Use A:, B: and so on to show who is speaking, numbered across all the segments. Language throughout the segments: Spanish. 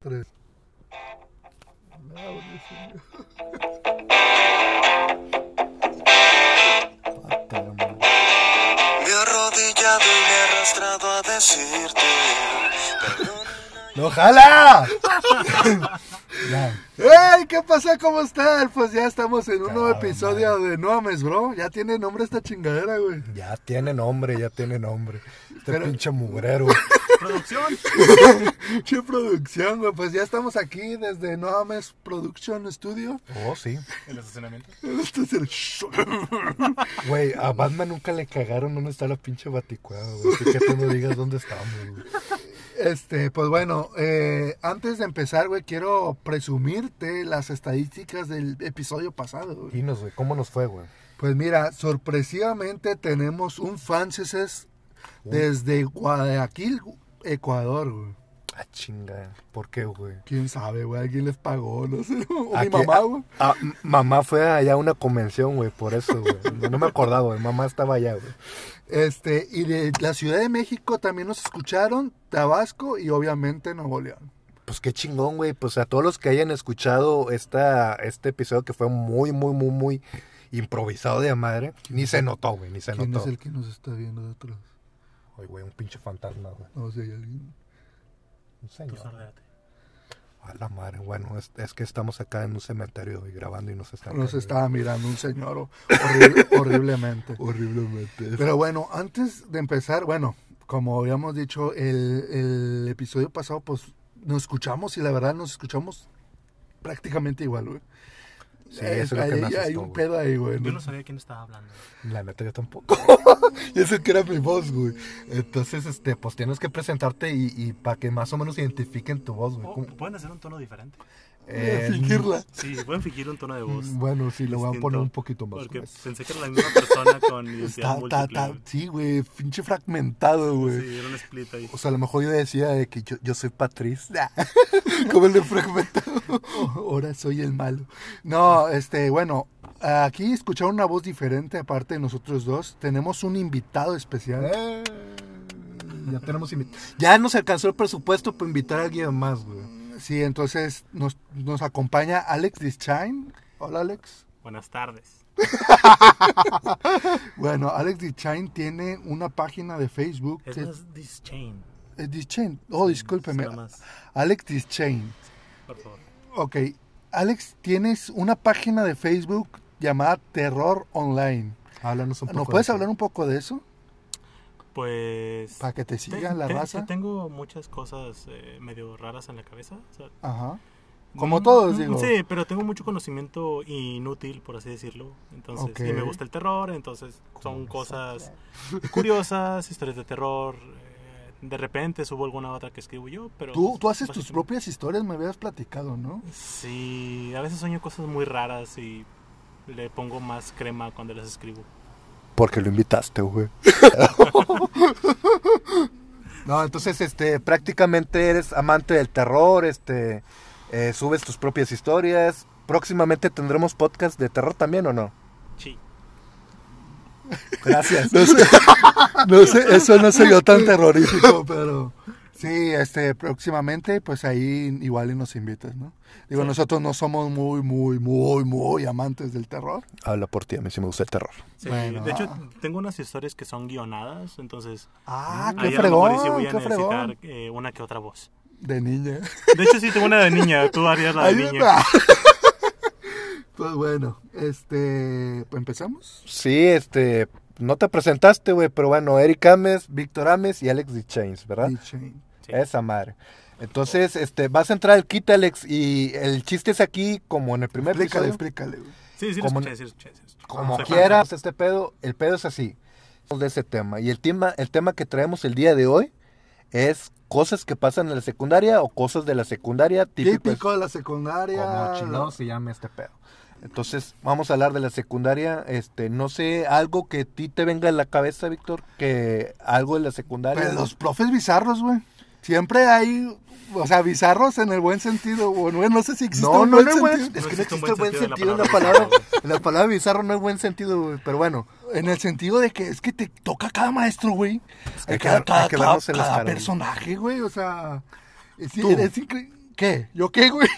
A: tres.
B: Me he arrodillado y me he arrastrado a decirte. Perdón.
A: ¡No jala! ¡Ey! ¿Qué pasa? ¿Cómo están? Pues ya estamos en un nuevo
C: Caramba.
A: episodio de No Ames, bro. Ya tiene nombre esta chingadera, güey.
C: Ya tiene nombre, ya tiene nombre. Este
A: Pero-
C: pinche mugrero.
D: Producción.
A: ¡Qué producción, güey! Pues ya estamos aquí desde No Ames Production Studio.
C: Oh, sí.
D: El estacionamiento.
A: Este es el show.
C: Güey, a Batman nunca le cagaron dónde está la pinche baticuada, güey. Así que tú no digas dónde estamos, güey.
A: Este, pues bueno, eh, antes de empezar, güey, quiero presumirte las estadísticas del episodio pasado, güey.
C: Dinos, güey, ¿cómo nos fue, güey?
A: Pues mira, sorpresivamente tenemos un fanses desde Guayaquil, Ecuador, güey.
C: Ah, chinga. ¿Por qué, güey?
A: Quién sabe, güey, alguien les pagó, no sé. O
C: ¿A
A: mi
C: qué?
A: mamá, güey.
C: Ah, m- mamá fue allá a una convención, güey, por eso, güey. No, no me acordaba, güey. Mamá estaba allá, güey.
A: Este, y de la Ciudad de México también nos escucharon, Tabasco y obviamente Nuevo León.
C: Pues qué chingón, güey. Pues a todos los que hayan escuchado esta, este episodio que fue muy, muy, muy, muy improvisado de madre. Ni se notó, güey, ni se
A: ¿Quién
C: notó.
A: es el que nos está viendo de atrás?
C: Ay, güey, un pinche fantasma, güey.
A: No sé, hay alguien.
C: Un
D: Tú
C: señor.
D: sordéate.
C: A la madre, bueno, es, es que estamos acá en un cementerio y grabando y nos están...
A: Nos
C: cayendo.
A: estaba mirando un señor o- horrible- horriblemente.
C: Horriblemente.
A: Pero bueno, antes de empezar, bueno, como habíamos dicho, el, el episodio pasado, pues nos escuchamos y la verdad nos escuchamos prácticamente igual, güey.
C: Sí, eso es lo que
A: hay,
C: me asustó,
A: hay un
C: güey.
A: pedo ahí, güey.
D: Yo
A: ¿no?
D: no sabía quién estaba hablando.
C: La neta yo tampoco. y eso que era mi voz, güey. Entonces, este, pues tienes que presentarte y, para que más o menos identifiquen tu voz, güey.
D: O
C: Como-
D: pueden hacer un tono diferente.
C: eh,
A: Fingirla.
D: Sí, pueden fingir un tono de voz.
A: Mm,
C: Bueno, sí, lo voy a
D: distinto,
C: poner un poquito
A: pues,
C: más.
D: Porque
C: grueso.
D: pensé que era la misma persona con identidad
C: Está, está,
D: múltiple.
C: está-
D: güey.
C: sí, güey, pinche fragmentado, güey.
D: Sí, era un split ahí.
C: O
A: Pues,
C: sea, a lo mejor yo decía de que yo, yo soy Patriz. Como el de fragmentado.
A: Ahora soy el malo. No, este, bueno, aquí escucharon una voz diferente aparte de nosotros dos. Tenemos un invitado especial.
C: Eh, Ya tenemos invit- Ya nos alcanzó el presupuesto para invitar a alguien más, güey.
A: Sí, entonces nos, nos acompaña Alex Dischain. Hola, Alex.
D: Buenas tardes.
A: Bueno, Alex Dischain tiene una página de Facebook.
D: Es
A: que-
D: más this chain.
A: Eh, Dischain. Oh, discúlpeme.
D: Nada más,
A: Alex Dischain.
D: por favor.
A: Ok. Alex, tienes una página de Facebook llamada Terror Online.
C: Háblanos
D: Ah,
C: un poco.
A: ¿Nos
C: de
A: puedes
C: eso.
A: hablar un poco de eso?
D: Pues.
A: Para que te
D: te-
A: sigan la
D: te-
A: raza.
D: Tengo muchas cosas eh, medio raras en la cabeza. o sea,
A: Ajá. Como
D: Mm,
A: todos,
D: mm,
A: digo.
D: Sí, pero tengo mucho conocimiento inútil, por así decirlo. Entonces,
A: Ok.
D: y me gusta el terror, entonces son cosas curiosas, historias de terror. eh, De repente subo alguna otra que escribo yo, pero... pues,
A: Tú, tú haces tus
D: básicamente-
A: propias historias, me habías platicado, ¿no?
D: Sí, a veces sueño cosas muy raras y le pongo más crema cuando las escribo.
C: Porque lo invitaste, güey. no, entonces, este, prácticamente eres amante del terror, este, eh, subes tus propias historias. Próximamente tendremos podcast de terror también, ¿o no?
D: Sí.
C: Gracias.
A: No sé, no sé, eso no se vio tan terrorífico, pero sí, este, próximamente, pues ahí igual y nos invitas, ¿no? Digo,
D: Sí.
A: nosotros no somos muy, muy, muy, muy amantes del terror.
C: Habla por ti, a mí sí me gusta el terror.
D: Sí,
A: Bueno,
D: de hecho,
A: ah.
D: tengo unas historias que son guionadas, entonces...
A: Ah,
D: ahí
A: qué
D: a lo mejor y sí
A: fregón,
D: voy a
A: qué fregón.
D: necesitar eh, una que otra voz.
A: De niña.
D: De hecho, sí, tengo una de niña, tú harías la de
A: Ay,
D: niña.
A: va. pues bueno, este, empezamos.
C: Sí, este, no te presentaste, güey, pero bueno, Eric Ames, Víctor Ames y Alex D. Chains, ¿verdad?
A: Dischain.
D: Sí.
C: Esa madre. Entonces, este, vas a entrar al kit, Alex, y el chiste es aquí, como en el primer
A: Explícale,
C: episodio,
A: explícale. güey.
D: Sí, sí, lo
C: Como-
D: escuché, sí, lo escuché, sí, lo escuché.
C: como
D: Soy fan.
C: quieras este pedo, el pedo es así, de ese tema. Y el tema, el tema que traemos el día de hoy es cosas que pasan en la secundaria o cosas de la secundaria típicas.
A: Típico de la secundaria.
C: Como chingado se llama este pedo. Entonces, vamos a hablar de la secundaria. Este, no sé, algo que a ti te venga en la cabeza, Víctor, que algo de la secundaria.
A: Pero pues, los profes bizarros, güey. Siempre hay, o sea, bizarros en el buen sentido, güey. Bueno, no sé si existe
C: No,
A: un
C: no,
A: buen
C: no, hay buen-
A: sentido.
C: es que no
D: No existe un
C: existe el buen
D: buen
C: sentido
D: sentido
C: en
D: de
C: la
D: la
C: palabra.
D: palabra
C: La palabra bizarro no es buen sentido, güey. Pero bueno,
A: En el sentido de que es que te toca cada maestro, güey.
C: que
A: Hay
C: hay que
A: cada,
C: ver- hay
A: cada,
C: que
A: cada-
C: vernos en las
A: cada
C: caras, güey.
A: personaje, güey. O sea, es,
C: Tú.
A: es incre- ¿Qué? ¿Yo qué, güey?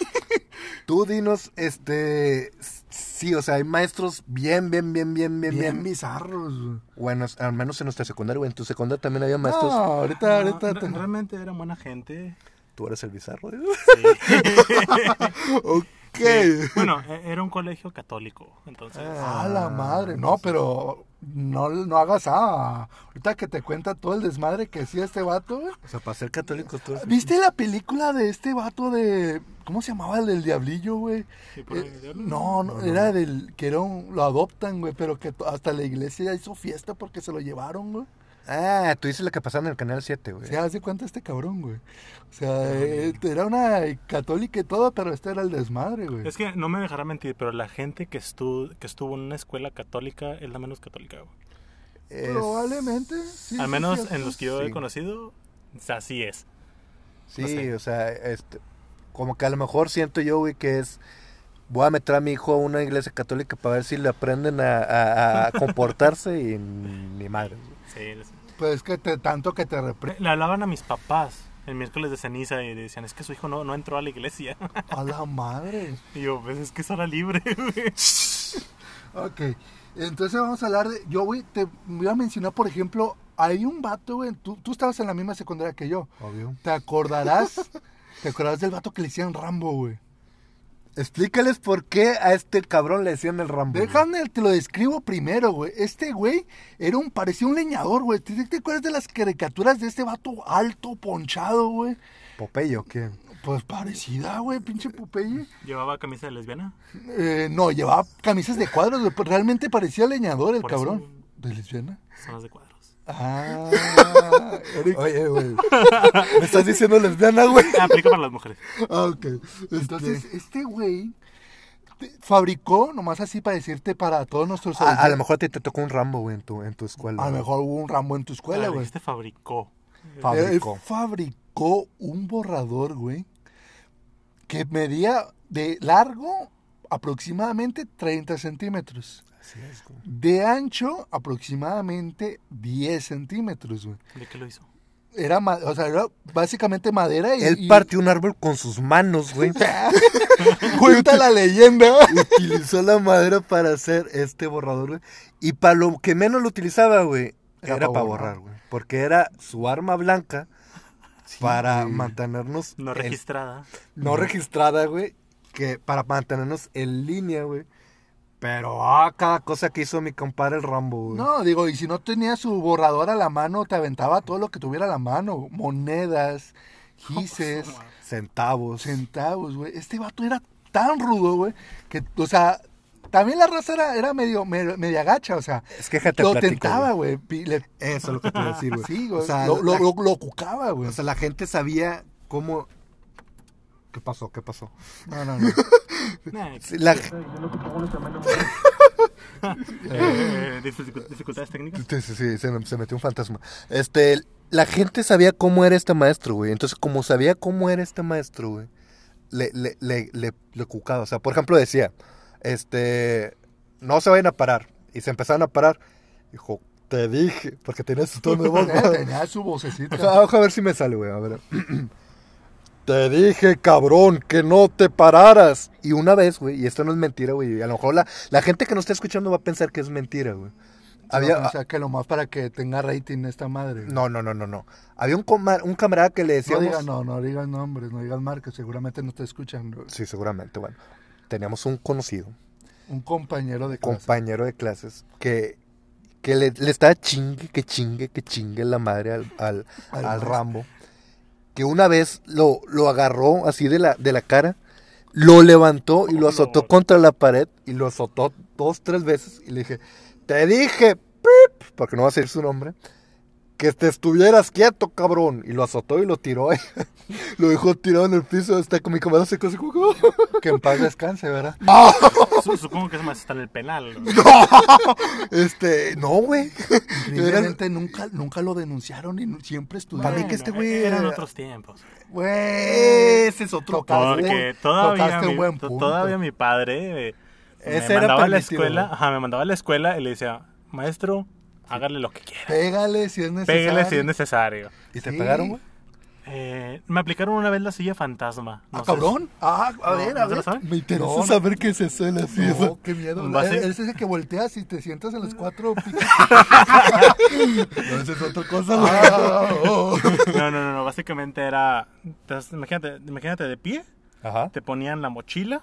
C: Tú dinos, este, sí, o sea, hay maestros bien, bien, bien, bien, bien,
A: Bien
C: bien.
A: bizarros. güey.
C: Bueno, es- al menos en nuestra secundaria, güey, en tu secundaria también había
A: No,
C: maestros.
A: ahorita,
D: No,
A: ahorita.
D: re-
A: te-
D: realmente eran buena gente.
C: Tú eres el bizarro. güey.
A: Ok.
D: Bueno, e- era un colegio católico, entonces.
A: A la
C: Ah,
A: madre. No, pero no, no hagas ah. Ahorita que te cuenta todo el desmadre que hacía este vato, güey.
C: O sea, para ser católico tú eres...
A: ¿Viste la película de este vato de. ¿Cómo se llamaba el del Diablillo, güey?
D: ¿Y por
A: Eh,
D: el diablo?
A: no, no, era del. que era un- lo adoptan, güey, pero que to- hasta la iglesia ya hizo fiesta porque se lo llevaron, güey.
C: Ah, tú dices la que pasaba en el Canal 7, güey.
A: Se hace cuenta este cabrón, güey. O sea, eh, era una católica y todo, pero este era el desmadre, güey.
D: Es que no me dejará mentir, pero la gente que estuvo, que estuvo en una escuela católica es la menos católica. güey.
C: Es-
A: Probablemente. sí,
D: Al
A: sí,
D: menos
A: cierto.
D: en los que yo
C: sí.
D: he conocido, así es.
C: Sí,
D: No sé.
C: o sea, este, como que a lo mejor siento yo, güey, que es, voy a meter a mi hijo a una iglesia católica para ver si le aprenden a, a- a comportarse y ni madre. güey.
D: Sí, les-
A: Pues es que te- tanto que te repre...
D: Le hablaban a mis papás el miércoles de ceniza y decían, es que su hijo no, no entró a la iglesia.
A: A la madre.
D: Y yo, pues es que es hora libre, güey.
A: Ok, entonces vamos a hablar de... Yo, güey, te voy a mencionar, por ejemplo, hay un vato, güey, tú, tú estabas en la misma secundaria que yo.
C: Obvio.
A: ¿Te acordarás? ¿Te acordarás del vato que le hicieron Rambo, güey?
C: Explícales por qué a este cabrón le decían el Rambo. güey.
A: Déjame, te lo describo primero, güey. Este güey era un, parecía un leñador, güey. ¿Te, te acuerdas de las caricaturas de este vato alto, ponchado, güey?
C: Popeyo, ¿qué?
A: Pues parecida, güey, pinche Popeye.
D: Llevaba camisa de lesbiana.
A: Eh, no, llevaba camisas de cuadros, güey. pero Realmente parecía leñador el
D: Por eso-
A: cabrón. ¿De lesbiana?
D: Zonas de cuadros.
A: Ah,
C: Oye, güey. ¿Me estás diciendo lesbiana, güey?
D: Ah, Aplica para las mujeres.
A: ah, ok. Entonces, este güey te- fabricó, nomás así para decirte, para todos nuestros
C: A, a lo
A: oyentes,
C: mejor a ti te tocó un Rambo, güey, en tu, en tu escuela.
A: a lo
C: güey.
A: mejor hubo un Rambo en tu escuela,
D: Ah,
A: güey.
D: dijiste fabricó.
C: Fabricó.
A: Él Eh, fabricó un borrador, güey, que medía de largo aproximadamente 30 centímetros.
C: Así es, güey.
A: De ancho aproximadamente 10 centímetros, güey.
D: ¿De qué lo hizo?
A: Era, ma- o sea, era básicamente madera y...
C: Él
A: y-
C: partió un árbol con sus manos, güey.
A: Cuenta la leyenda.
C: utilizó la madera para hacer este borrador, güey. Y para lo que menos lo utilizaba, güey,
A: Era
C: era,
A: pa'
C: para
A: borrar.
C: borrar, güey. Porque era su arma blanca para mantenernos...
D: No
C: en-
D: registrada.
C: no registrada, güey. Que para mantenernos en línea, güey. Pero ah, cada cosa que hizo mi compadre el Rambo, güey.
A: No, digo, y si no tenía su borrador a la mano, te aventaba todo lo que tuviera a la mano. Monedas, gises,
C: Centavos.
A: centavos, güey. Este vato era tan rudo, güey, que, o sea, también la raza era, era medio, me- media gacha, o sea,
C: Es que déjate
A: lo
C: platico,
A: tentaba,
C: güey.
A: güey. pi- le-
C: Eso es lo que te voy a decir, güey.
A: Sí, güey.
C: O sea,
A: lo,
C: la-
A: lo, lo- lo cucaba, güey.
C: o sea, la gente sabía cómo... ¿Qué pasó? ¿Qué pasó?
A: No, no, no.
D: Nah,
C: Sí, La...
D: eh, dificu- dificultades técnicas.
C: Sí, sí, sí, se, se metió un fantasma. Este, la gente sabía cómo era este maestro, güey. Entonces, como sabía cómo era este maestro, güey, le, le, le, le, le cucaba. O sea, por ejemplo, decía, este, no se vayan a parar. Y se empezaron a parar. Dijo, te dije, porque tenía su tono de voz.
A: Tenía-
C: güey.
A: Tenía su vocecita.
C: Deja- deja a ver si me sale, güey. A ver. Te dije, cabrón, que no te pararas. Y una vez, güey, y esto no es mentira, güey. y A lo mejor la, la gente que nos está escuchando va a pensar que es mentira, güey. Había, ah,
A: o sea, que lo más para que tenga rating esta madre. güey.
C: no, no, no, no, no. Había un, coma- un camarada que le
A: No
C: decíamos...
A: digas, no, no digas nombres, no digas marcas, seguramente no te escuchan. güey.
C: Sí, seguramente, bueno. Teníamos un conocido,
A: Un compañero de clase.
C: compañero de clases, que, que le, le estaba chingue, que chingue, que chingue la madre al, al,
A: Al
C: al
A: maestro.
C: Rambo. Que una vez lo, lo agarró así de la, de la cara, lo levantó y lo azotó
D: no.
C: contra la pared y lo azotó dos, tres veces. Y le dije, te dije, pip, porque no va a decir su nombre, que te estuvieras quieto, cabrón. Y lo azotó y lo tiró. lo dejó tirado en el piso. Hasta con mi camarada se quedó así como...
A: Que en paz descanse, ¿verdad?
D: Su- Supongo que es más está en el penal. ¿no?
C: Este, no, güey.
A: Increíblemente nunca, nunca lo denunciaron y nu- siempre
C: Para mí
A: estuvieron.
C: que este
D: Bueno,
C: güey
D: eh, Eran
C: era-
D: otros tiempos.
A: Güey, ese es otro
D: Porque todavía
A: tocaste un
D: mi,
A: buen
D: to-
A: punto.
D: todavía mi padre eh,
C: Ese
D: me
C: era
D: mandaba a la
C: permitido.
D: escuela, ajá, me mandaba a la escuela y le decía, "Maestro, hágale lo que quiera.
A: Pégale si es necesario.
D: Pégale si es necesario."
C: ¿Y te
A: Sí.
C: pegaron, güey?
D: Eh, Eh, me aplicaron una vez la silla fantasma. No
A: Ah,
D: sé
A: cabrón. Ah, a
D: No,
A: ver,
D: ¿no
A: a
D: se
A: ver.
D: la saben?
C: Me interesa
A: No, no.
C: saber qué es eso de la fiesta.
A: No, qué miedo.
D: Va a ser-
A: Eh, Ese es el que volteas y te sientas en las cuatro. picas.
C: No, esa es otra cosa, güey.
A: Ah, oh.
D: si- No, no, no, no, Básicamente era. te has- imagínate, imagínate de pie,
C: Ajá.
D: te ponían la mochila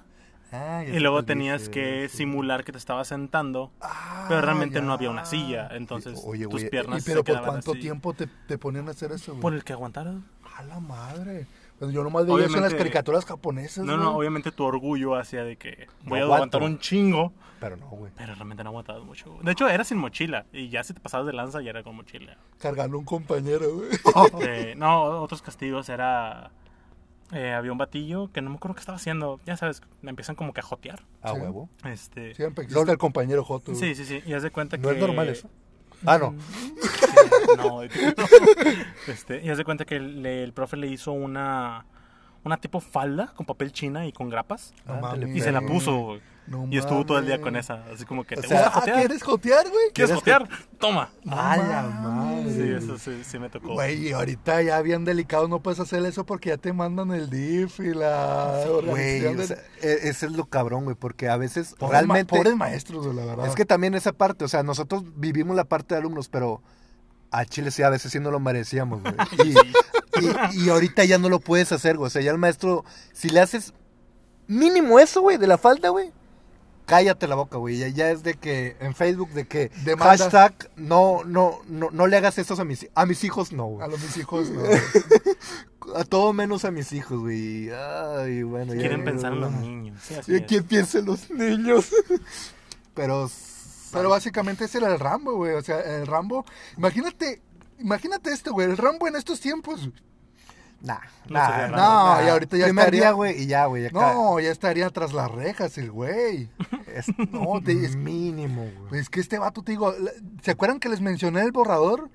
C: Ah, ya
D: y
C: sé
D: luego
C: cuál
D: tenías
C: dices,
D: que
C: sí.
D: simular que te estabas sentando,
A: Ah,
D: pero realmente
A: ya.
D: no había una silla. Entonces
C: Oye,
D: tus
C: güey,
D: piernas
A: ¿Y pero
D: se
A: por
D: quedaban
A: cuánto
D: así.
A: tiempo te, te ponían a hacer eso, güey?
D: Por el que aguantaras.
A: A la madre. Pues yo nomás veía eso en las
D: Obviamente-
A: caricaturas japonesas,
D: No, no,
A: güey.
D: obviamente tu orgullo hacía de que
C: Pues No
D: voy a
C: aguanto.
D: aguantar un chingo,
C: Pero no, güey.
D: pero realmente no aguantabas mucho. güey. De hecho, era sin mochila y ya si te pasabas de lanza ya era con mochila.
A: Cargarle a un compañero, güey.
D: Eh, no, otros castigos era... eh, había un batillo que no me acuerdo qué estaba haciendo. Ya sabes, me empiezan como que a jotear.
C: A
A: Sí.
C: huevo.
D: Este, sí,
A: Siempre existe el compañero Joto. güey.
D: sí, sí, Y haz de cuenta
C: No
D: que...
C: es normal eso. Ah, no.
D: Sí, no, de tipo, no. Este, y haz de cuenta que el, el profe le hizo una... Una tipo falda con papel china y con grapas.
A: No
C: Ah,
A: mames.
C: te le
D: Y se la
A: Sí.
D: puso, güey.
A: No
D: y estuvo todo el día
A: mames.
D: con esa. Así como que,
A: O
D: ¿te
A: sea,
D: gusta
A: ah,
D: jotear?
A: ¿quieres jotear, güey?
D: ¿Quieres jotear? Toma.
A: A la
D: Sí,
A: madre.
D: eso sí, sí me tocó.
A: Güey, y ahorita ya bien delicado no puedes hacer eso porque ya te mandan el DIF y la
C: Güey,
A: organización
C: o
A: del-
C: sea, e- ese es lo cabrón, güey, porque a veces
A: Pobres ma-
C: realmente...
A: pobres maestros, güey, la verdad.
C: Es que también esa parte, o sea, nosotros vivimos la parte de alumnos, pero a Chile sí, a veces sí no lo merecíamos, güey. Y, y- y ahorita ya no lo puedes hacer, güey. O sea, ya el maestro, si le haces mínimo eso, güey, de la falta, güey, cállate la boca, güey. Ya, ya es de que en Facebook, de que
A: Demandas.
C: hashtag no, no, no, no le hagas eso a mis, a mis hijos, no,
A: a
C: güey.
A: los mis hijos no.
C: A todo menos a mis hijos, güey. Ay, bueno. ya-
D: Quieren pensar en los niños. Sí, así
C: ¿Y
D: es.
C: quién piensa en los niños? Pero...
A: Pero básicamente ese era el Rambo, güey. O sea, el Rambo. Imagínate, imagínate esto, güey. El Rambo en estos tiempos.
C: Nah,
D: No
C: nah,
D: sería
C: nah,
D: raro.
C: nah.
A: y ahorita ya
C: Primer
A: estaría-
C: día, güey, y ya, güey. ya ca-
A: No, ya estaría tras las rejas el güey.
C: Es,
A: No, te- es-
C: mínimo, güey.
A: Pues es que este vato, te digo, la- ¿se acuerdan que les mencioné el borrador?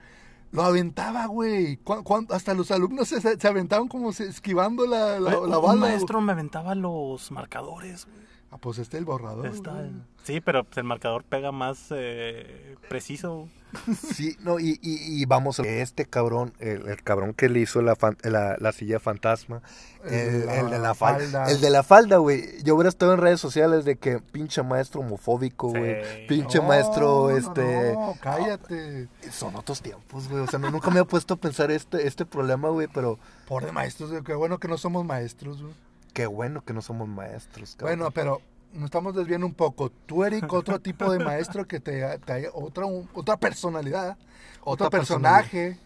A: Lo aventaba, güey. Cuan- cuan- Hasta los alumnos se, se aventaban como se- esquivando la, la,
D: Oye,
A: la
D: un
A: bala.
D: maestro me aventaba los marcadores. güey.
A: Ah, pues este el borrador.
D: Está-
A: güey.
D: Sí, pero pues, el marcador pega más eh, preciso.
C: pues Sí, no, y, y, y vamos a... Este cabrón, el, el cabrón que le hizo la, fan- la, la silla fantasma, el,
A: El de la
C: el de la falda.
A: falda.
C: El de la falda, güey. Yo hubiera estado en redes sociales de que pinche maestro homofóbico,
D: Sí.
C: güey. Pinche
A: No, no,
C: maestro, este... Ah,
A: No, cállate.
C: Son otros tiempos, güey. O sea, no- nunca me he puesto a pensar este, este problema, güey, pero...
A: Pobre maestros, güey, qué bueno que no somos maestros, güey.
C: Qué bueno que no somos maestros, cabrón.
A: Bueno, pero nos estamos desviando un poco. Tú, Eric, otro tipo de maestro que te, te haya- otra, un- otra personalidad, otro
C: Otra
A: personaje.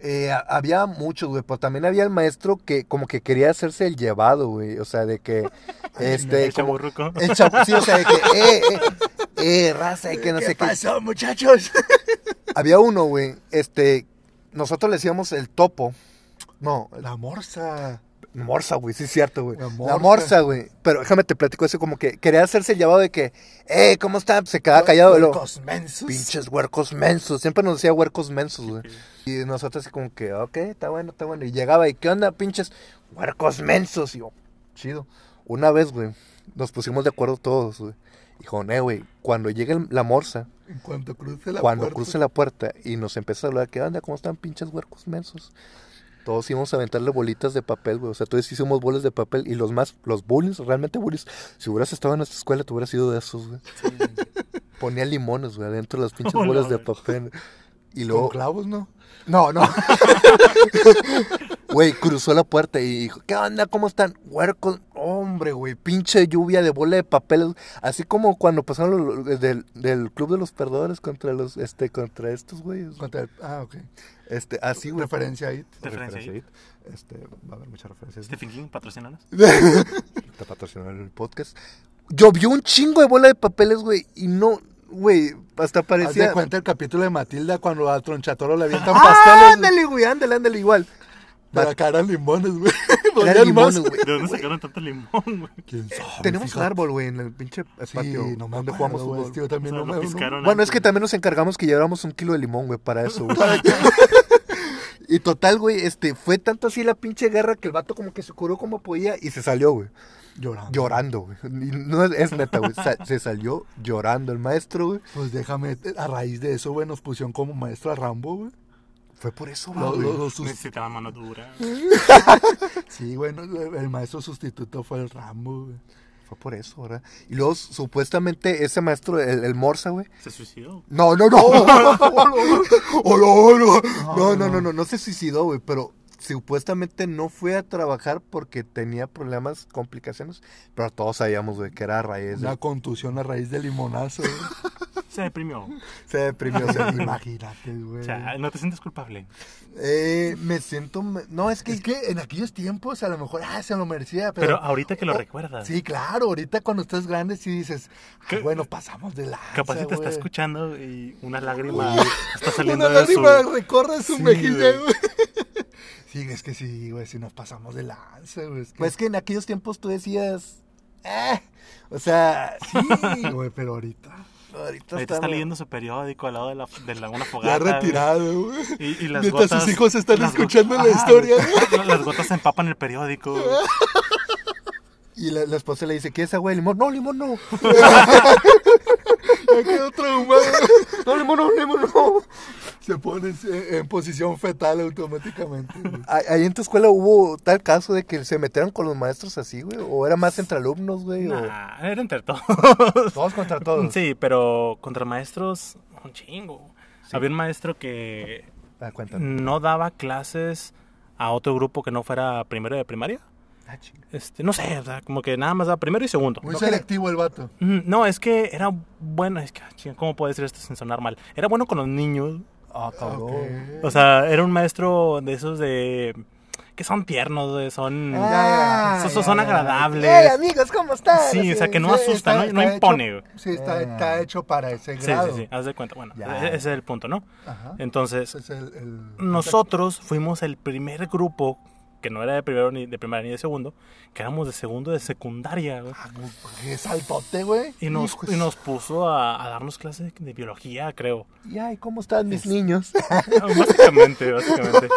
C: Eh, a- había muchos, güey, pero también había el maestro que como que quería hacerse el llevado, güey. O sea, de que, este,
D: el
C: como...
D: chaburruco.
C: El chapu- sí, o sea, de que, eh, eh, eh, raza, y que no sé qué.
A: pasó, muchachos?
C: Había uno, güey, este, nosotros le decíamos el topo. No,
A: La morsa.
C: morsa, güey, sí es cierto, güey.
A: La
C: La
A: morsa.
C: morsa, güey. Pero déjame te platico eso, como que quería hacerse el llevado de que, eh, ¿cómo está? Se quedaba callado, güey. luego,
A: Los mensos.
C: Pinches huercos mensos. Siempre nos decía huercos mensos, güey. Y nosotros así como que, ok, está bueno, está bueno. Y llegaba y, ¿qué onda, pinches huercos mensos? Y yo, chido. Una vez, güey, nos pusimos de acuerdo todos, güey. Y joné, güey, cuando llegue el- la morsa,
A: En cuanto cruce la
C: cuando
A: puerta.
C: cruce la puerta y nos empieza a hablar, ¿qué onda? ¿Cómo están pinches huercos mensos? Todos íbamos a aventarle bolitas de papel, güey. O sea, todos hicimos bolas de papel. Y los más, los bullies, realmente bullies. Si hubieras estado en nuestra escuela, tú hubieras sido de esos, güey. Ponía limones, güey, adentro de las pinches
D: Hola,
C: bolas de
D: güey.
C: papel. Y
A: Con
C: luego,
A: clavos, ¿no?
C: no, no. Güey, cruzó la puerta y dijo, ¿qué onda? ¿Cómo están? Huercos, hombre, güey, pinche lluvia de bola de papel. Así como cuando pasaron los- los- del, del club de los perdedores contra los, este, contra estos güeyes.
A: Contra el- Ah, ok.
C: Este, así, güey.
A: Referencia ahí.
D: Referencia.
C: Este, va a haber muchas referencias.
D: Stephen King, patrocínanos.
C: Te patrocinaron el podcast. Llovió un chingo de bola de papeles, güey, y no, güey, hasta
A: Haz de
C: parecía.
A: cuenta el capítulo de Matilda cuando a Tronchatoro le avientan
C: ¡Ah,
A: pasteles.
C: ándale, güey, ándale, ándale, igual.
A: De la cara limones, güey.
C: Eran
A: Dolían más.
C: limones, güey.
D: ¿De dónde sacaron tanto limón, güey?
A: ¿Quién sabe?
C: Tenemos un
A: fíjate?
C: árbol, güey, en el pinche
A: Sí,
C: patio
A: no me
C: donde
A: acuerdo,
C: jugamos
A: güey,
C: fútbol.
A: tío, también
D: O
A: no
D: sea, lo
A: me- no-
D: piscaron
C: Bueno,
D: antes.
C: es que también nos encargamos que lleváramos un kilo de limón, güey, para eso, güey. y total, güey, este, fue tanto así la pinche guerra que el vato como que se curó como podía y se salió, güey,
A: Llorando.
C: llorando, güey. Y No es, es neta, güey, sa- se salió llorando el maestro, güey.
A: Pues déjame, a raíz de eso, güey, nos pusieron como maestro a Rambo, güey.
C: Fue por eso,
A: Lo-
C: güey.
A: lo- lo sus-
D: Necesitaba mano dura.
A: sí, bueno, el, el maestro sustituto fue el Rambo, güey.
C: Fue por eso, ¿verdad? Y luego, supuestamente, ese maestro, el, el Morsa, güey.
D: Se suicidó.
C: No, no, no. Oh. no, no, no, no, no, no se suicidó, güey, pero supuestamente no fue a trabajar porque tenía problemas, complicaciones, pero todos sabíamos, güey, que era a raíz de...
A: Una contusión a raíz de limonazo, güey.
D: Se deprimió.
C: Se deprimió, se deprimió.
A: Imagínate, güey.
D: O sea, no te sientes culpable.
C: Eh, me siento... me- No, es que...
A: Es que en aquellos tiempos a lo mejor, ah, se lo merecía,
D: Pero,
A: pero...
D: ahorita que lo
A: Oh,
D: recuerdas.
A: Sí, claro, ahorita cuando estás grande sí dices, "Ay,
D: ¿Qué?
A: bueno, pasamos de la...
D: Capaz si te está escuchando y una lágrima está saliendo
A: Una
D: de su...
A: lágrima recorre su
D: Sí,
A: mejilla,
D: güey.
A: güey. Sí, es que sí, güey, si nos pasamos de lanza, güey. es que-
C: Pues que en aquellos tiempos tú decías... "Ah", o sea,
A: sí, güey, pero ahorita.
C: ahorita
D: Ahorita está
C: estamos-
D: leyendo su periódico al lado de, la, de la- una
A: Ya
D: fogata.
A: retirado, güey.
D: Y, y las
A: Mientras
D: gotas-
A: sus hijos están
D: las go-
A: escuchando la
D: Ajá,
A: historia,
D: güey. Las gotas empapan el periódico. güey.
C: Y la, la esposa le dice, ¿quieres agua de limón? No, limón no.
A: Ya quedó traumado.
C: No, limón no, limón no.
A: Se pone en, en posición fetal automáticamente, güey.
C: Ahí ahí en tu escuela hubo tal caso de que se metieron con los maestros así, güey. O era más entre alumnos, güey.
D: Nah, era entre todos.
C: O todos contra todos.
D: Sí, pero contra maestros, un chingo. Había un maestro que
C: Da cuenta.
D: no daba clases a otro grupo que no fuera primero de primaria.
C: Ah, chinga.
D: Este, no sé, o sea, como que nada más daba primero y segundo.
A: Muy
C: No
A: selectivo el vato.
D: Mm, No, es que era bueno, es que, ah, chinga, ¿cómo puedo decir esto sin sonar mal? Era bueno con los niños.
C: Ah, cabrón.
A: Ok.
D: O sea, era un maestro de esos de... que son tiernos, de- son...
C: Ah,
D: Esos son agradables.
C: Hey, amigos, ¿cómo están?
D: Sí, o sea, que no
A: Sí,
D: asusta,
A: está-
D: no, no
A: está
D: impone.
A: hecho-
D: güey.
A: sí, está,
C: Eh.
A: está hecho para ese
D: Sí,
A: grado.
D: sí, sí, haz de cuenta. Bueno,
C: Ya.
D: e- ese es el punto, ¿no?
A: Ajá. Pues,
D: Entonces,
A: Ese es el- el-
D: nosotros fuimos el primer grupo que no era de primero ni de primaria ni de segundo, que éramos de segundo de secundaria, güey.
A: Qué saltote, güey.
D: Y nos,
A: Hijo de
C: pues
D: y nos puso a, a darnos clases de biología, creo.
C: Y ay, ¿cómo están mis niños?
D: básicamente, básicamente.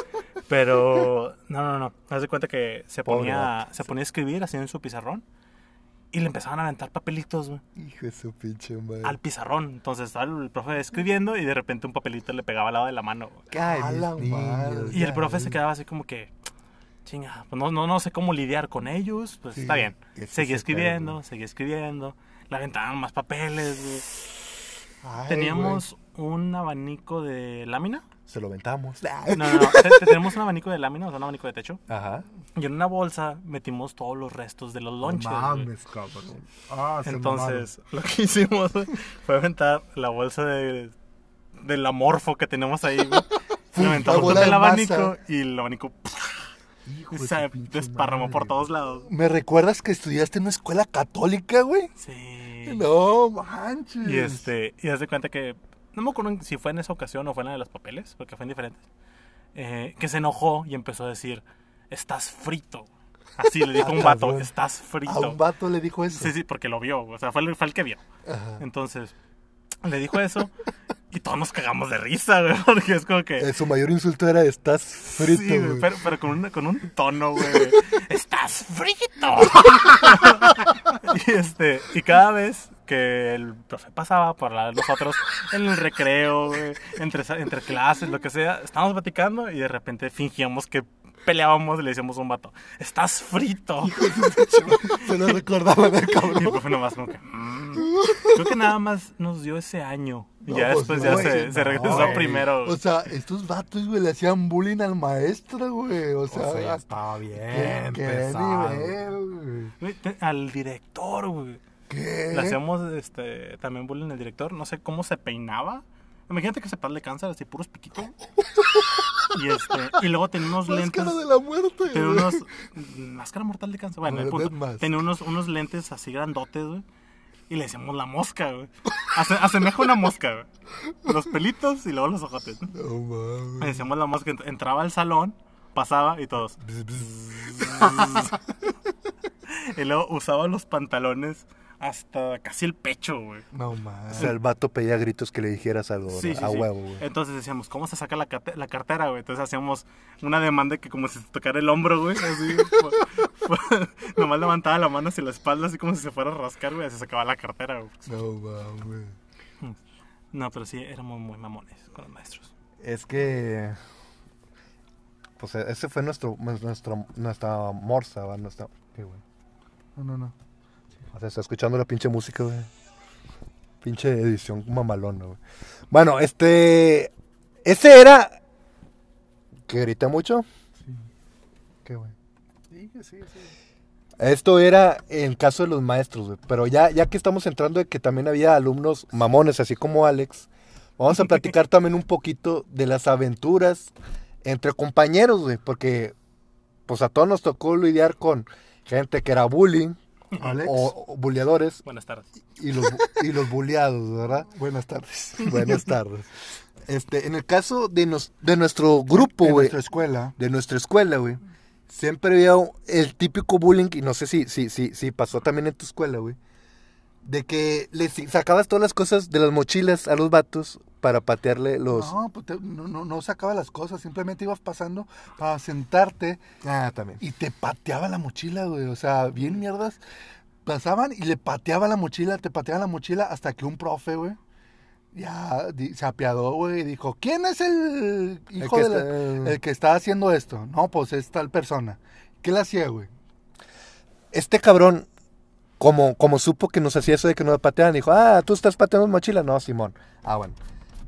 D: Pero, no, no, no. Haz de cuenta que se
C: Pobre
D: ponía, se ponía a escribir así en su pizarrón y le empezaban a aventar papelitos, güey.
C: Hijo de su pinche madre.
D: al pizarrón. Entonces estaba el profe escribiendo y de repente un papelito le pegaba al lado de la mano. güey.
C: Ay,
A: A
C: mis
A: la madre.
C: niños.
D: Y el profe se quedaba así como que, chinga, pues no, no, no sé cómo lidiar con ellos, pues
A: Sí,
D: está bien.
C: ese
D: Seguía
C: es el
D: escribiendo,
C: pedo.
D: seguía escribiendo, le aventaban más papeles. güey.
A: Ay,
D: Teníamos un abanico de lámina.
C: Se lo aventamos.
D: No, no, no, te- te- tenemos un abanico de lámina, o sea, un abanico de techo.
C: Ajá.
D: Y en una bolsa metimos todos los restos de los
A: güey.
D: lonches.
A: No
D: güey.
A: Mames, cabrón. Ah, se
D: Entonces, lo que hicimos güey, fue aventar la bolsa de, del amorfo que tenemos ahí, güey. Lo aventamos
A: bola
D: contra el
A: de
D: abanico
A: masa.
D: y el abanico pff,
A: mamaron. Hijo de
D: se
A: su pinche
D: desparramó
A: madre.
D: por todos lados.
C: ¿Me recuerdas que estudiaste en una escuela católica, güey?
D: Sí.
A: No manches.
C: Mm.
D: Y este, y haz de cuenta que, no me acuerdo si fue en esa ocasión o fue en la de los papeles, porque fue en diferentes, eh, que se enojó y empezó a decir, estás frito. Así le dijo
C: Ah,
D: un vato,
C: cabrón.
D: estás
C: A
D: frito.
C: un vato le dijo eso.
D: Sí, sí, porque lo vio, o sea, fue el, fue el que vio.
C: Ajá.
D: Entonces, le dijo eso y todos nos cagamos de risa, güey, porque es como que...
C: Eh, su mayor insulto era estás frito,
D: sí, güey,
C: güey.
D: pero, pero con, un, con un tono, güey. ¡Estás frito! y, este, y cada vez que el profe pasaba por la- nosotros en el recreo, güey, entre, entre clases, lo que sea, estábamos platicando y de repente fingíamos que peleábamos y le decíamos a un vato, ¡Estás frito!
C: Se lo recordaba del
D: Y
C: cabrón.
D: el profe nomás como que... "Mm". Creo que nada más nos dio ese año. Y
A: No,
D: ya
A: pues
D: después
A: no,
D: ya
A: güey,
D: se,
A: no,
D: se regresó
A: güey.
D: primero.
A: O sea, estos vatos, güey, le hacían bullying al maestro, güey. O sea,
C: ya estaba
A: hasta qué,
C: bien
A: qué
C: pesado.
A: nivel, güey.
D: Güey, te- Al director, güey.
A: ¿Qué?
D: Le hacemos este, también bullying al director. No sé cómo se peinaba. Imagínate que se parle cáncer así, puros piquitos. Y, este, y luego tenía unos lentes.
A: Máscara de la muerte,
D: Tenía
A: güey.
D: unos. Máscara mortal de cáncer. Bueno, el
A: Dead
D: punto.
A: Mask.
D: Tenía unos, unos lentes así grandotes, güey. Y le decíamos la mosca, güey. Ase- asemeja una mosca, güey. Los pelitos y luego los ojotes. ¿no?
A: No
D: Le
A: mames.
D: decíamos la mosca. ent- Entraba al salón, pasaba y todos. Y luego usaba los pantalones hasta casi el pecho, güey.
A: No
C: O
A: mames.
C: sea, el vato pedía gritos que le dijeras algo
D: Sí, sí,
C: a
D: sí.
C: huevo, güey.
D: Entonces decíamos, ¿cómo se saca la, carte- la cartera, güey? Entonces hacíamos una demanda que como si se tocara el hombro, güey. Así, fue- fue- nomás levantaba la mano hacia la espalda, así como si se fuera a rascar, güey. Se sacaba la cartera, güey.
A: No mames.
D: No, pero sí, éramos muy mamones con los maestros.
C: Es que Pues eh, ese fue nuestro, nuestro nuestra morsa, ¿va? Nuestra... ¿Qué, güey?
A: No, no, no.
C: O sea, está escuchando la pinche música, güey. Pinche edición mamalona, güey. Bueno, este. Ese era. ¿Que grita mucho?
A: Sí.
C: ¿Qué, güey?
A: Sí, sí, sí.
C: Esto era en caso de los maestros, güey. Pero ya, ya que estamos entrando de que también había alumnos mamones, así como Alex, vamos a platicar también un poquito de las aventuras entre compañeros, güey. Porque, pues a todos nos tocó lidiar con gente que era bullying
A: Alex,
C: o, o bulleadores
D: Buenas tardes.
C: y los, bu- y los bulleados, ¿verdad?
A: buenas tardes.
C: Buenas tardes. Este, en el caso de, nos- de nuestro grupo,
D: pues,
A: En
C: güey,
A: nuestra escuela,
C: de nuestra escuela, güey, siempre había un- el típico bullying, y no sé si, si, si, si pasó también en tu escuela, güey, de que le si- sacabas todas las cosas de las mochilas a los vatos para patearle los...
A: no, pues te- no, no, no sacaba las cosas, simplemente ibas pasando para sentarte
C: Ah, también.
A: y te pateaba la mochila, güey. O sea, bien mierdas. Pasaban y le pateaba la mochila, te pateaba la mochila hasta que un profe, güey, ya di- se apiadó, güey, y dijo, ¿quién es el
C: El
A: hijo
C: que
A: de la-
C: está-
A: el que está haciendo esto? No, pues es tal persona. ¿Qué le hacía, güey?
C: Este cabrón, como, como supo que nos hacía eso de que nos pateaban, dijo, ah, tú estás pateando mochila. No, Simón. Ah, bueno.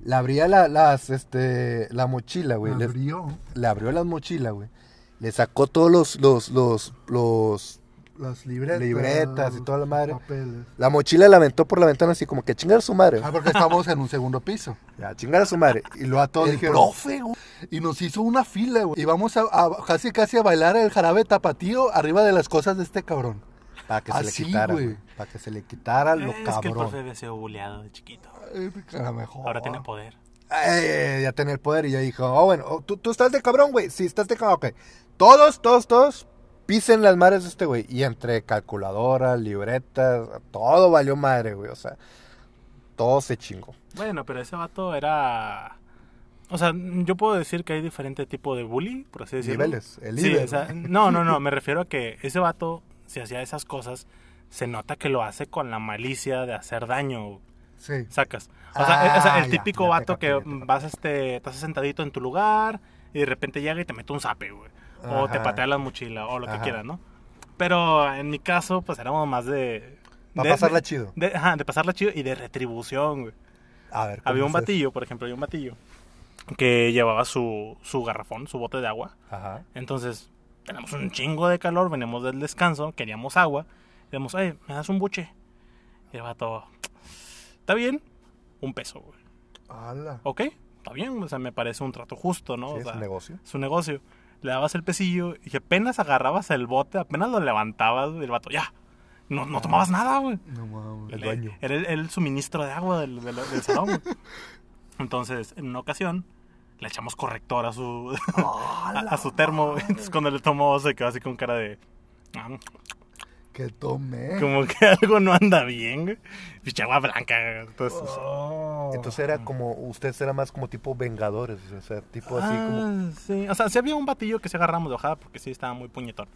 C: Le abría la, las, este, la mochila, güey. les-
A: abrió
C: le abrió las mochilas, güey. Le sacó todos los, los, los, los...
A: las libretas.
C: Libretas y toda la madre.
A: papeles.
C: La mochila la aventó por la ventana así como que chingar a su madre.
A: Ah, porque estamos en un segundo piso.
C: Ya, chingar a su madre. Y lo a todos
A: el
C: dijeron,
A: profe, güey. Y nos hizo una fila, güey. Y vamos a, a- casi casi a bailar el jarabe tapatío arriba de las cosas de este cabrón.
C: para que se
A: Así,
C: le quitara,
A: Ah, güey.
C: güey. Para que se le quitara lo
D: es que el
C: cabrón.
D: profe había sido buleado de chiquito.
A: Ay, que a lo mejor.
D: Ahora
C: Oh.
D: tiene poder.
C: Eh, ya tenía el poder y ya dijo, oh, bueno, oh, ¿tú, tú estás de cabrón, güey. Sí, estás de cabrón, ok. Todos, todos, todos pisen las madres de este güey. Y entre calculadoras, libretas, todo valió madre, güey. O sea, todo se chingó.
D: Bueno, pero ese vato era. O sea, yo puedo decir que hay diferente tipo de bully, por así decirlo.
C: Niveles, el
D: Sí,
C: líder.
D: o sea, no, no, no, me refiero a que ese vato, si hacía esas cosas, se nota que lo hace con la malicia de hacer daño,
A: Sí.
D: sacas. O sea, el- o sea,
C: Ah,
D: el
C: ya,
D: típico
C: ya te
D: vato
C: capté,
D: que
C: ya te capté.
D: vas, este, estás sentadito en tu lugar y de repente llega y te mete un zape, güey. O te
C: Ajá.
D: patea la mochila o lo que
C: Ajá.
D: quieras, ¿no? Pero en mi caso, pues éramos más de...
C: Pa'
D: de-
C: pasarla
D: de-
C: chido.
D: de- ajá, de pasarla chido y de retribución, güey.
C: A ver. ¿cómo
D: Había un
C: es eso?
D: batillo, por ejemplo, había un batillo que llevaba su, su garrafón, su bote de agua.
C: Ajá.
D: Entonces, tenemos un chingo de calor, venimos del descanso, queríamos agua. Y Dijimos, eh, me das un buche. Y el vato, está bien, un peso, güey.
A: Ala.
D: Ok, está bien, o sea, me parece un trato justo, ¿no?
C: Sí,
D: O
C: es
D: sea,
C: un negocio.
D: su negocio. Le dabas el pesillo y apenas agarrabas el bote, apenas lo levantabas, güey, el vato, ya. No, no tomabas nada, güey.
A: No mames.
C: El
D: Era-
C: dueño.
D: Era el, el suministro de agua del, del- del salón. güey. Entonces, en una ocasión, le echamos corrector a su, a, a su termo. güey. Entonces, cuando le tomó, se quedó así con cara de. "Ah,
A: Que tomé.
D: Como que algo no anda bien. güey". Pinche agua blanca. güey. Entonces, pues,
A: Oh.
C: Entonces era como, usted era más como tipo vengadores, o sea, tipo así como...
D: ah, sí. O sea, sí había un batillo que se agarramos de hojada porque sí estaba muy puñetón.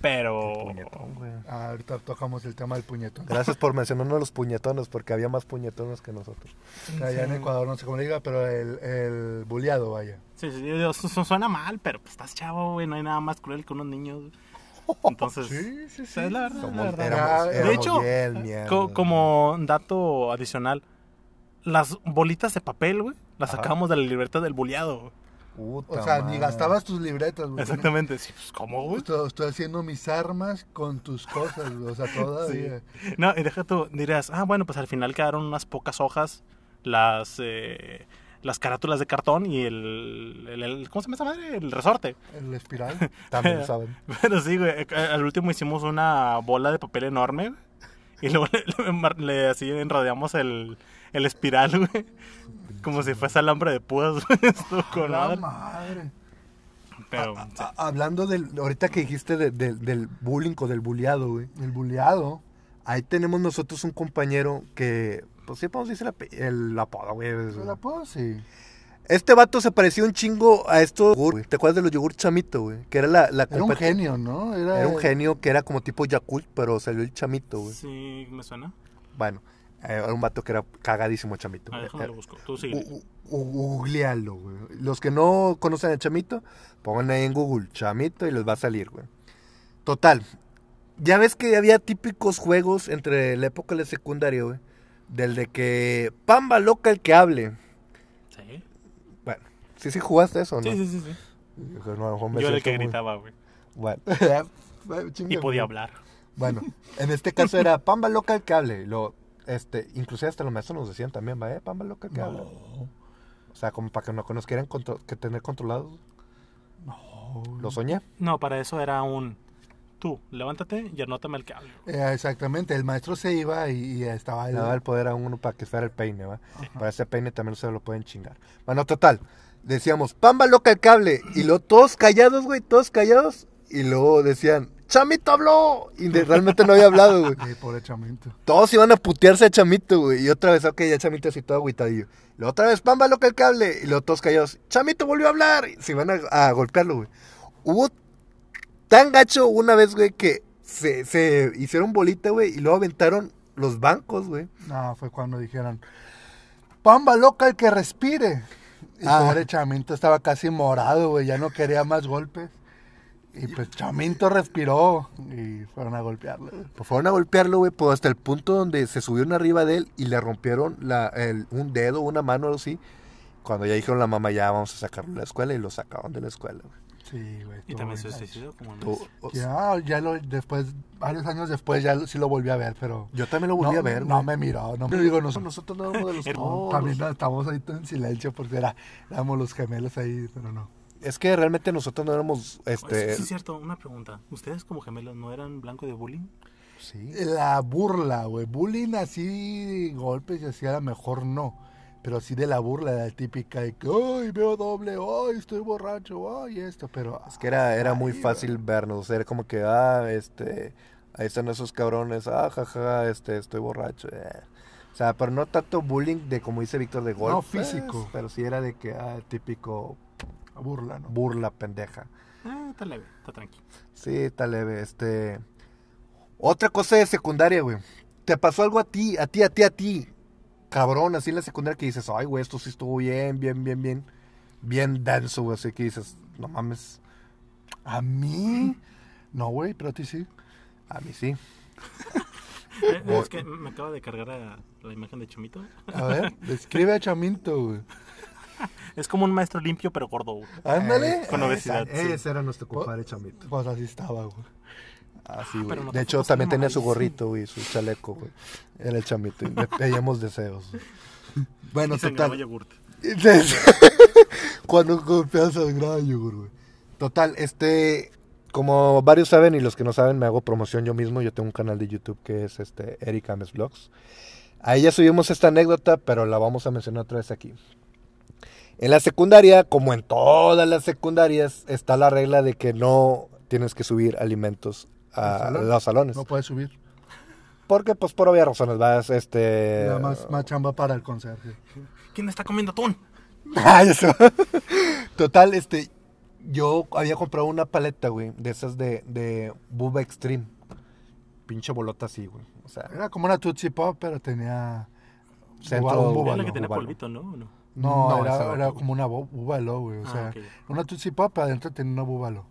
D: Pero.
C: Puñetón, güey.
A: Ah, ahorita tocamos el tema del puñetón.
C: Gracias por mencionarnos los puñetones, porque había más puñetones que nosotros.
A: Allá en Ecuador, no sé cómo le
C: Ah,
A: diga, pero eh, el, el buleado, vaya.
D: Sí, sí, digo, su- su- suena mal, pero pues estás chavo, güey. No hay nada más cruel que unos niños. Entonces.
A: Sí, sí,
D: Pues, o
A: sí.
D: sea, es la verdad,
C: Somos-
D: la verdad.
C: éramos-
A: De
C: éramos
D: hecho,
C: bien mierdas,
D: Co-
C: güey.
D: como dato adicional, las bolitas de papel, güey, las
C: Ajá.
D: sacamos de la libertad del buleado. güey.
C: Puta
A: O sea,
C: madre.
A: ni gastabas tus libretas, güey.
D: Exactamente. Sí, pues, ¿Cómo, güey?
A: Estoy, estoy haciendo mis armas con tus cosas, güey. O sea, eh, todavía.
D: No, y deja tú, dirás, ah, bueno, pues al final quedaron unas pocas hojas, las eh, las carátulas de cartón y el, el- el- ¿cómo se llama esa madre? El resorte.
A: El espiral.
C: También saben.
D: Pero sí, güey, eh, al último hicimos una bola de papel enorme, güey, y luego le, le mar- le así enrodeamos el, el espiral, güey, como si fuese alambre de púas, güey, estuvo con
A: La
D: madre.
A: madre.
D: Pero, sí.
C: A- Hablando del, ahorita que dijiste de- del- del bullying o del bulleado, güey.
A: El buleado.
C: Ahí tenemos nosotros un compañero que, pues sí podemos decir el ape- el apodo, güey.
A: ¿Se la puedo? Sí.
C: Este vato se parecía un chingo a estos yogur, güey. ¿Te acuerdas de los yogur chamito, güey? Que era la, la
A: Era un
C: compet-
A: genio, ¿no? Era,
C: Era un genio que era como tipo Yakult, pero salió el chamito, güey.
D: Sí, me suena.
C: Bueno, Eh, Era un vato que era cagadísimo, chamito.
D: A ver, déjame lo busco. Tú
C: Eh,
D: sigue.
C: gu- gu- Googlealo, güey. Los que no conocen a Chamito, pongan ahí en Google Chamito y les va a salir, güey. Total. Ya ves que había típicos juegos entre la época de la secundaria, güey. Del de que Pamba loca el que hable.
D: Sí,
C: Bueno, sí, sí jugaste eso, ¿no?
D: sí, sí. sí, sí.
C: Yo, no, a lo mejor me
D: Yo era el
C: siento
D: que
C: muy-
D: gritaba, güey.
C: Bueno. Bueno,
D: Y
C: chinga,
D: podía
C: güey.
D: hablar.
C: Bueno, en este caso era Pamba loca el que hable. Lo, este, inclusive hasta los maestros nos decían también, va, eh, Pamba loca el que hable.
D: No.
C: O sea, como para que no nos quieran contro- que tener controlados. Lo soñé.
D: No, para eso era un. Tú, levántate y anótame el que hablo.
A: Eh, exactamente, el maestro se iba y, y estaba
C: Le
A: el-
C: daba el poder a uno para que fuera el peine, ¿va? Para ese peine también se lo pueden chingar. Bueno, total. Decíamos, pamba loca el cable. Y luego todos callados, güey, todos callados. Y luego decían, Chamito habló. Y de- realmente no había hablado, güey.
A: eh, pobre chamito.
C: Todos iban a putearse a Chamito, güey. Y otra vez, ok, ya Chamito así todo agüitadillo. La otra vez, pamba loca el cable. Y los todos callados, Chamito volvió a hablar. Y se iban a, a golpearlo, güey. Hubo tan gacho una vez, güey, que se, se hicieron bolita, güey. Y luego aventaron los bancos, güey.
A: No, fue cuando dijeron, Pamba loca el que respire. Y
C: Ah.
A: pobre Chaminto estaba casi morado, güey, ya no quería más golpes. Y pues Chaminto respiró y fueron a golpearlo. güey.
C: Pues fueron a golpearlo, güey, pues hasta el punto donde se subieron arriba de él y le rompieron la, el- un dedo, una mano, algo así. Cuando ya dijeron la mamá, ya vamos a sacarlo de la escuela y lo sacaron de la escuela, güey.
A: Sí, güey.
D: Y
A: estuvo
D: también se
A: bien gacho.
D: suicidó como un
C: Tú-
D: mes.
C: o-
A: Pues, Ya, ya lo, después, varios años después, ya lo- sí lo volví a ver, pero...
C: Yo también lo volví
A: no,
C: a ver,
A: No
C: güey.
A: me miró, no me digo,
C: No,
A: nosotros,
C: nosotros no éramos de los
A: no,
C: todos.
A: también no, estamos ahí en silencio porque era, éramos los gemelos ahí, pero no.
C: Es que realmente nosotros no éramos,
D: Oye,
C: este...
D: Sí, es cierto, una pregunta. ¿Ustedes como gemelos no eran blanco de bullying?
C: Sí.
A: La burla, güey. Bullying así, golpes y así, a lo mejor no. Pero así de la burla, la típica de que, ay, veo doble, ay, estoy borracho, ay, esto, pero...
C: Es que era, era
A: ay,
C: muy fácil vernos, era como que, ah, este, ahí están esos cabrones, ah, jaja, este, estoy borracho. eh. O sea, pero no tanto bullying de, como dice Víctor, de golpes.
A: físico.
C: Pero sí era de que, ah, típico
A: güey, Burla, ¿no?
C: burla pendeja.
D: Ah, está leve, está tranquilo.
C: Sí, está leve, este... Otra cosa de secundaria, güey. ¿Te pasó algo a ti, a ti, a ti, a ti? Cabrón, así en la secundaria que dices, ay, güey, esto sí estuvo bien, bien, bien, bien. Bien denso, güey, así que dices, no mames.
A: A mí... No, güey, pero a ti sí.
C: A mí sí.
D: Eh, es que me acaba de cargar a la imagen de Chomito.
A: A ver, describe a Chaminto, güey.
D: Eh, Es como un maestro limpio pero gordo. güey.
A: Ándale.
D: con obesidad, sí.
C: Eh, Ese era nuestro compadre Chamito.
A: Pues así estaba, güey.
C: Así,
D: Ah, pero
C: güey.
D: no
C: de
D: te
C: hecho,
D: focus,
C: también
D: no,
C: tenía
D: ahí
C: su
D: sí.
C: gorrito, güey, su chaleco, güey. Era el Chamito. Y le pedíamos deseos. güey.
A: Bueno,
D: Y sangraba
A: total.
D: yogurt.
C: Cuando golpeas al gallo, güey. Total, este. Como varios saben y los que no saben, me hago promoción yo mismo. Yo tengo un canal de YouTube que es este Eric Ames Vlogs. Ahí ya subimos esta anécdota, pero la vamos a mencionar otra vez aquí. En la secundaria, como en todas las secundarias, está la regla de que no tienes que subir alimentos a
A: ¿Al salón?
C: los salones.
A: No puedes subir.
C: Porque, pues, por obvias razones, vas, este...
A: Nada más, más chamba para el conserje.
D: ¿Quién está comiendo atún?
C: Ay, eso. Total, este, yo había comprado una paleta, güey, de esas de, de Bubba Extreme. Pinche bolota así, güey. O sea,
A: Era como una Tootsie Pop, pero tenía...
C: Centro-
A: un
D: Era
A: búbalo.
D: la que tenía
C: Búbalo.
D: polvito, ¿no? ¿O no?
A: No,
C: No, esa
A: era,
C: no,
A: era
C: güey.
A: como una bo- búbalo, güey. O
D: Ah,
A: sea,
D: ok.
A: una Tootsie Pop, pero adentro tenía una búbalo.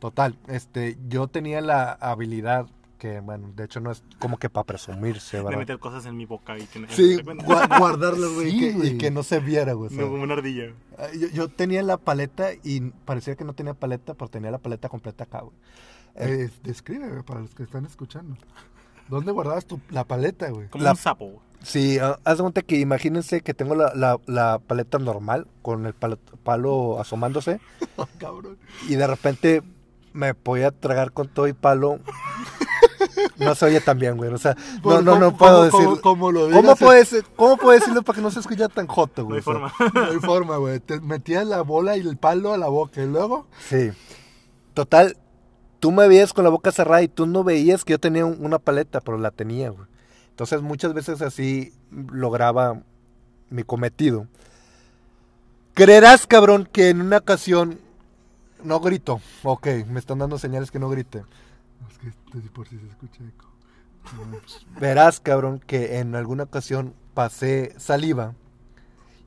C: total, este, yo tenía la habilidad que, bueno, de hecho no es como que para presumirse,
D: De
C: ¿verdad?
D: meter cosas en mi boca y que nadie se
C: Sí,
D: diera cuenta.
C: gua- guardarlas, güey,
A: Sí,
C: y que- y
A: güey.
C: que no se viera, güey. o sea.
D: No, como una ardilla.
C: Ah, Yo, yo tenía la paleta y parecía que no tenía paleta, pero tenía la paleta completa acá, güey. Eh,
A: Eh, describe, güey, para los que están escuchando. ¿Dónde guardabas tu, la paleta, güey?
D: Como
C: La-
D: un sapo. güey.
C: Sí, ah, haz de cuenta que imagínense que tengo la, la- la paleta normal con el palo, palo asomándose
A: Cabrón.
C: y de repente me podía tragar con todo y palo. No se oye tan bien, güey. O sea, no, no, no
A: ¿Cómo-
C: puedo
A: cómo-
C: decirlo.
A: ¿Cómo, cómo lo
C: ¿Cómo,
A: digas?
C: puedo decir- ¿Cómo puedo decirlo para que no se escuche tan joto,
D: No
C: güey?
D: hay
C: O sea,
D: forma.
A: No hay forma, güey. Te metías la bola y el palo a la boca. Y luego,
C: Sí. Total, tú me veías con la boca cerrada y tú no veías que yo tenía un- una paleta, pero la tenía, güey. Entonces muchas veces así lograba mi cometido. Creerás, cabrón, que en una ocasión no grito. Ok, me están dando señales que este, no grite.
A: es que esto sí por si se escucha eco.
C: Verás, cabrón, que en alguna ocasión pasé saliva.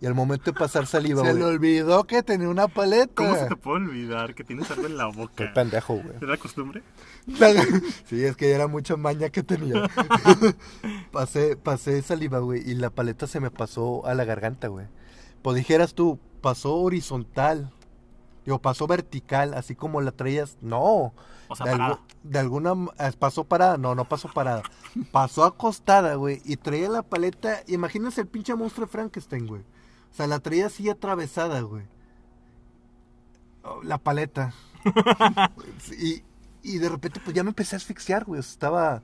C: Y al momento de pasar saliva,
A: Se le
C: güey.
A: olvidó que tenía una paleta.
D: ¿Cómo se te puede olvidar que tienes algo en la
C: Eh. Qué
D: boca?
C: pendejo, güey.
D: ¿Era costumbre?
C: Sí, es que era mucha maña que tenía. pasé, pasé saliva, güey, y la paleta se me pasó a la garganta, güey. Pues dijeras tú, pasó horizontal. Digo, pasó vertical, así como la traías. No.
D: O sea,
C: de, algu-
D: parada.
C: de alguna. m- eh, Pasó parada. No, no pasó parada. Pasó acostada, güey. Y traía la paleta. Imagínense el pinche monstruo de Frankenstein, güey. O sea, la traía así atravesada, güey. Oh, La paleta. y, y de repente, pues ya me empecé a asfixiar, güey. O sea, estaba.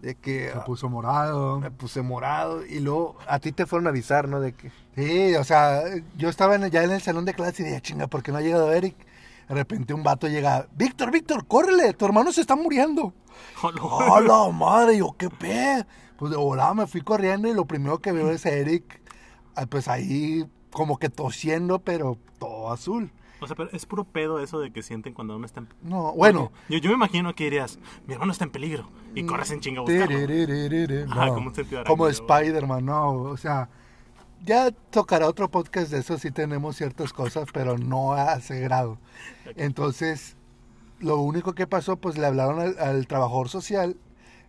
C: De que.
A: Se puso morado.
C: Ah. Me puse morado. Y luego a ti te fueron a avisar, ¿no? De que.
A: Sí, o sea, yo estaba en- ya en el salón de clase y dije, chinga, ¿por qué no ha llegado Eric? De repente un vato llega, Víctor, Víctor, córrele, tu hermano se está muriendo. ¡A la madre! Yo, ¿qué pe? Pues de volada me fui corriendo y lo primero que veo es a Eric, ah, pues ahí como que tosiendo, pero todo azul.
D: O sea, pero es puro pedo eso de que sienten cuando uno está en
A: No, bueno.
D: Yo, yo me imagino que dirías, mi hermano está en peligro.
C: Mm,
D: Y corres en chinga a buscarlo.
A: Tiririririri,
D: Ajá,
A: no,
D: como un sentido
A: Como
D: arácnido, güey.
A: Spider-Man, no, o sea, ya tocará otro podcast de eso, sí tenemos ciertas cosas, pero no a ese grado. Entonces, lo único que pasó, pues le hablaron al, al trabajador social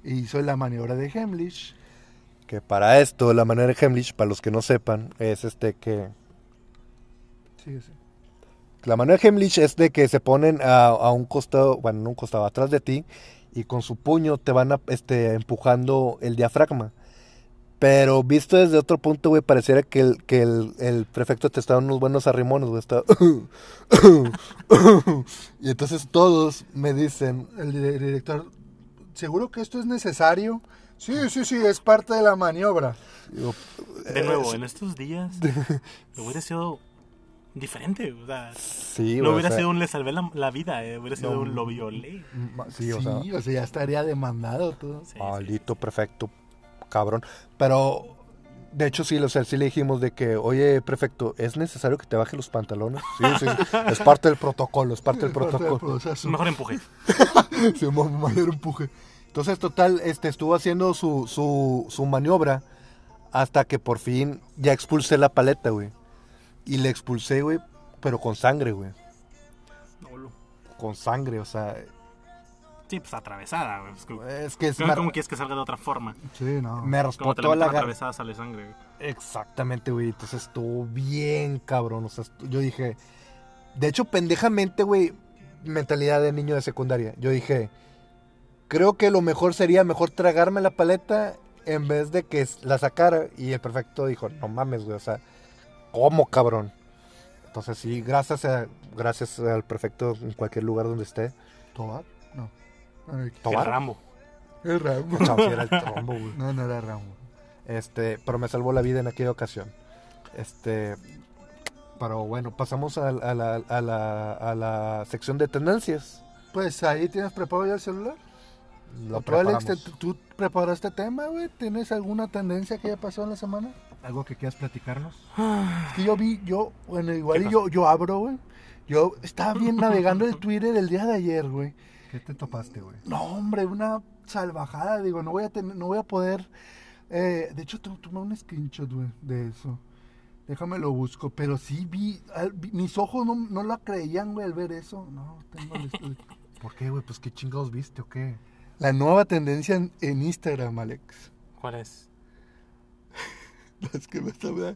A: e hizo la maniobra de Hemlich.
C: Que para esto, la manera de Hemlich, para los que no sepan, es este que.
A: Sí, sí.
C: La manera de Heimlich es de que se ponen a, a un costado, bueno, no un costado, atrás de ti y con su puño te van a- este, empujando el diafragma. Pero visto desde otro punto, güey, pareciera que el, que el, el prefecto te está dando unos buenos arrimones, güey. está- y entonces todos me dicen,
A: El dire- director, ¿seguro que esto es necesario? Sí, sí, sí, es parte de la maniobra.
C: digo,
D: De nuevo, en estos días hubiera sido diferente. O sea,
C: sí,
D: no
C: güey, o
D: hubiera
C: sea, mm,
D: sido un le salvé la, la vida, eh, hubiera sido un lo violé.
C: ma-
A: Sí, o sea, ya estaría demandado todo.
D: Sí, sí.
C: Maldito prefecto, cabrón. Pero, de hecho, sí, o sea, sí le dijimos de que, oye, prefecto, ¿es necesario que te baje los pantalones? Sí, sí, sí, es parte del protocolo, es parte del protocolo.
D: Mejor empuje.
C: Sí, mo- mayor empuje. Entonces, total, este, estuvo haciendo su, su, su maniobra hasta que por fin ya expulsé la paleta, güey. Y la expulsé, güey, pero con sangre, güey.
D: No, lo-
C: Con sangre, o sea,
D: Sí, pues atravesada. güey, pues, como-
C: es que es...
D: ¿Cómo,
C: Me,
D: cómo quieres que salga de otra forma?
A: Sí, no.
C: me
D: Como
C: raspó
D: te
C: toda
D: la
C: la
D: meten
C: garganta.
D: atravesada sale sangre. güey.
C: Exactamente, güey. Entonces estuvo bien cabrón. O sea, estu- yo dije. De hecho, pendejamente, güey. Mentalidad de niño de secundaria. Yo dije. Creo que lo mejor sería mejor tragarme la paleta en vez de que s- la sacara. Y el perfecto dijo, no mames, güey. O sea, ¿cómo cabrón? Entonces sí, gracias a- gracias al perfecto en cualquier lugar donde esté.
A: ¿Tobar? No. No, no,
D: El
C: Tobar.
D: Rambo.
A: Es Rambo.
C: No, sí, era el trombo, güey.
A: No, no era Rambo.
C: Este, pero me salvó la vida en aquella ocasión. Este, pero bueno, pasamos a, a la, a la- a la sección de tendencias.
A: Pues ahí tienes preparado ya el celular.
C: Lo
A: Tú, Alex, te-
C: preparamos.
A: tú, tú preparaste tema, güey. ¿Tienes alguna tendencia que haya pasado en la semana?
C: ¿Algo que quieras platicarnos?
A: Es que yo vi, yo, bueno, igual
D: ¿Qué
A: y yo, yo abro, güey. Yo estaba bien navegando el Twitter el día de ayer, güey.
C: ¿Qué te topaste, güey?
A: No, hombre, una salvajada. Digo, no voy a, tener, no voy a poder. eh, de hecho, tu- tomé un screenshot, güey, de eso. Déjame lo busco. Pero sí vi, al- vi- mis ojos no, no la creían, güey, al ver eso. No, tengo el estudio.
C: ¿Por qué, güey? Pues qué chingados viste o qué.
A: La nueva tendencia en, en Instagram, Alex.
D: ¿Cuál es?
A: Las que me sabe-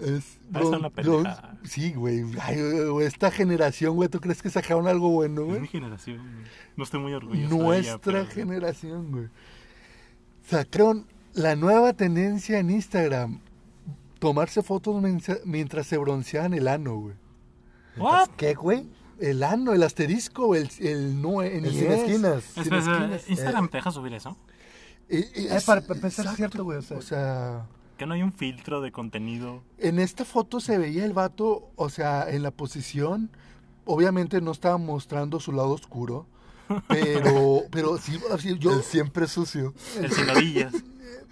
A: es
D: Ah, es una pendejada.
A: bron- sí, güey. Ay, güey, güey, Esta generación, güey, ¿tú crees que sacaron algo bueno,
D: Es mi
A: güey?
D: generación. güey. No estoy muy orgulloso. de ella,
A: Nuestra
D: pero-
A: generación, güey. Sacaron la nueva tendencia en Instagram. Tomarse fotos mensa- mientras se broncean el ano, güey.
D: ¿What?
C: Ah, ¿Qué, güey?
A: El ano, el asterisco, el, el no, en
C: El sin esquinas.
A: sin
D: Espera, espera,
A: esquinas.
D: Instagram te deja subir eso.
C: Eh, para- para empezar, es cierto, güey, o sea.
A: o sea
D: Que no hay un filtro de contenido.
A: En esta foto se veía el vato, o sea, en la posición. Obviamente no estaba mostrando su lado oscuro. Pero, pero sí, así yo.
C: El siempre sucio.
D: El sin orillas.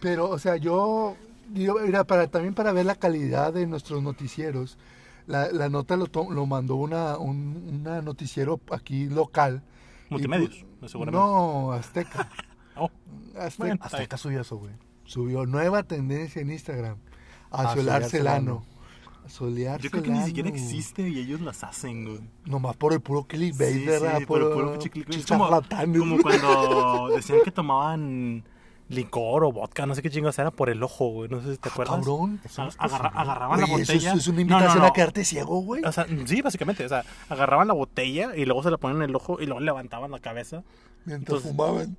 A: Pero, o sea, yo. yo- mira, para, también para ver la calidad de nuestros noticieros. La, la nota lo, to- lo mandó una, un una noticiero aquí local. y
D: Multimedios, pues,
A: pu-
D: seguramente.
A: No, Azteca.
D: Oh,
A: Azteca,
D: Bueno, está bien.
A: Azteca subió eso, güey. Subió nueva tendencia en Instagram.
C: A
A: A Ah, solear
C: solear
A: Celano. A solear
D: yo creo que ni siquiera
A: Celano.
D: existe y ellos las hacen, güey.
A: Nomás por el puro clickbait,
D: Sí,
A: ¿verdad?
D: sí, por el puro pinche clickbait. Es como,
A: charlatanes.
D: como cuando decían que tomaban licor o vodka, no sé qué chingas era, por el ojo, güey. No sé si te acuerdas.
A: Ah, Cabrón.
C: Eso no es
D: A- agarra-
C: posible.
D: agarraban la
A: Güey, eso
D: botella.
A: es, es
D: No,
A: una
D: no,
A: invitación
D: no.
A: a quedarte ciego, güey.
D: O sea, sí, básicamente. O sea, agarraban la botella y luego se la ponían en el ojo y luego levantaban la cabeza.
A: Mientras
D: entonces-
A: fumaban.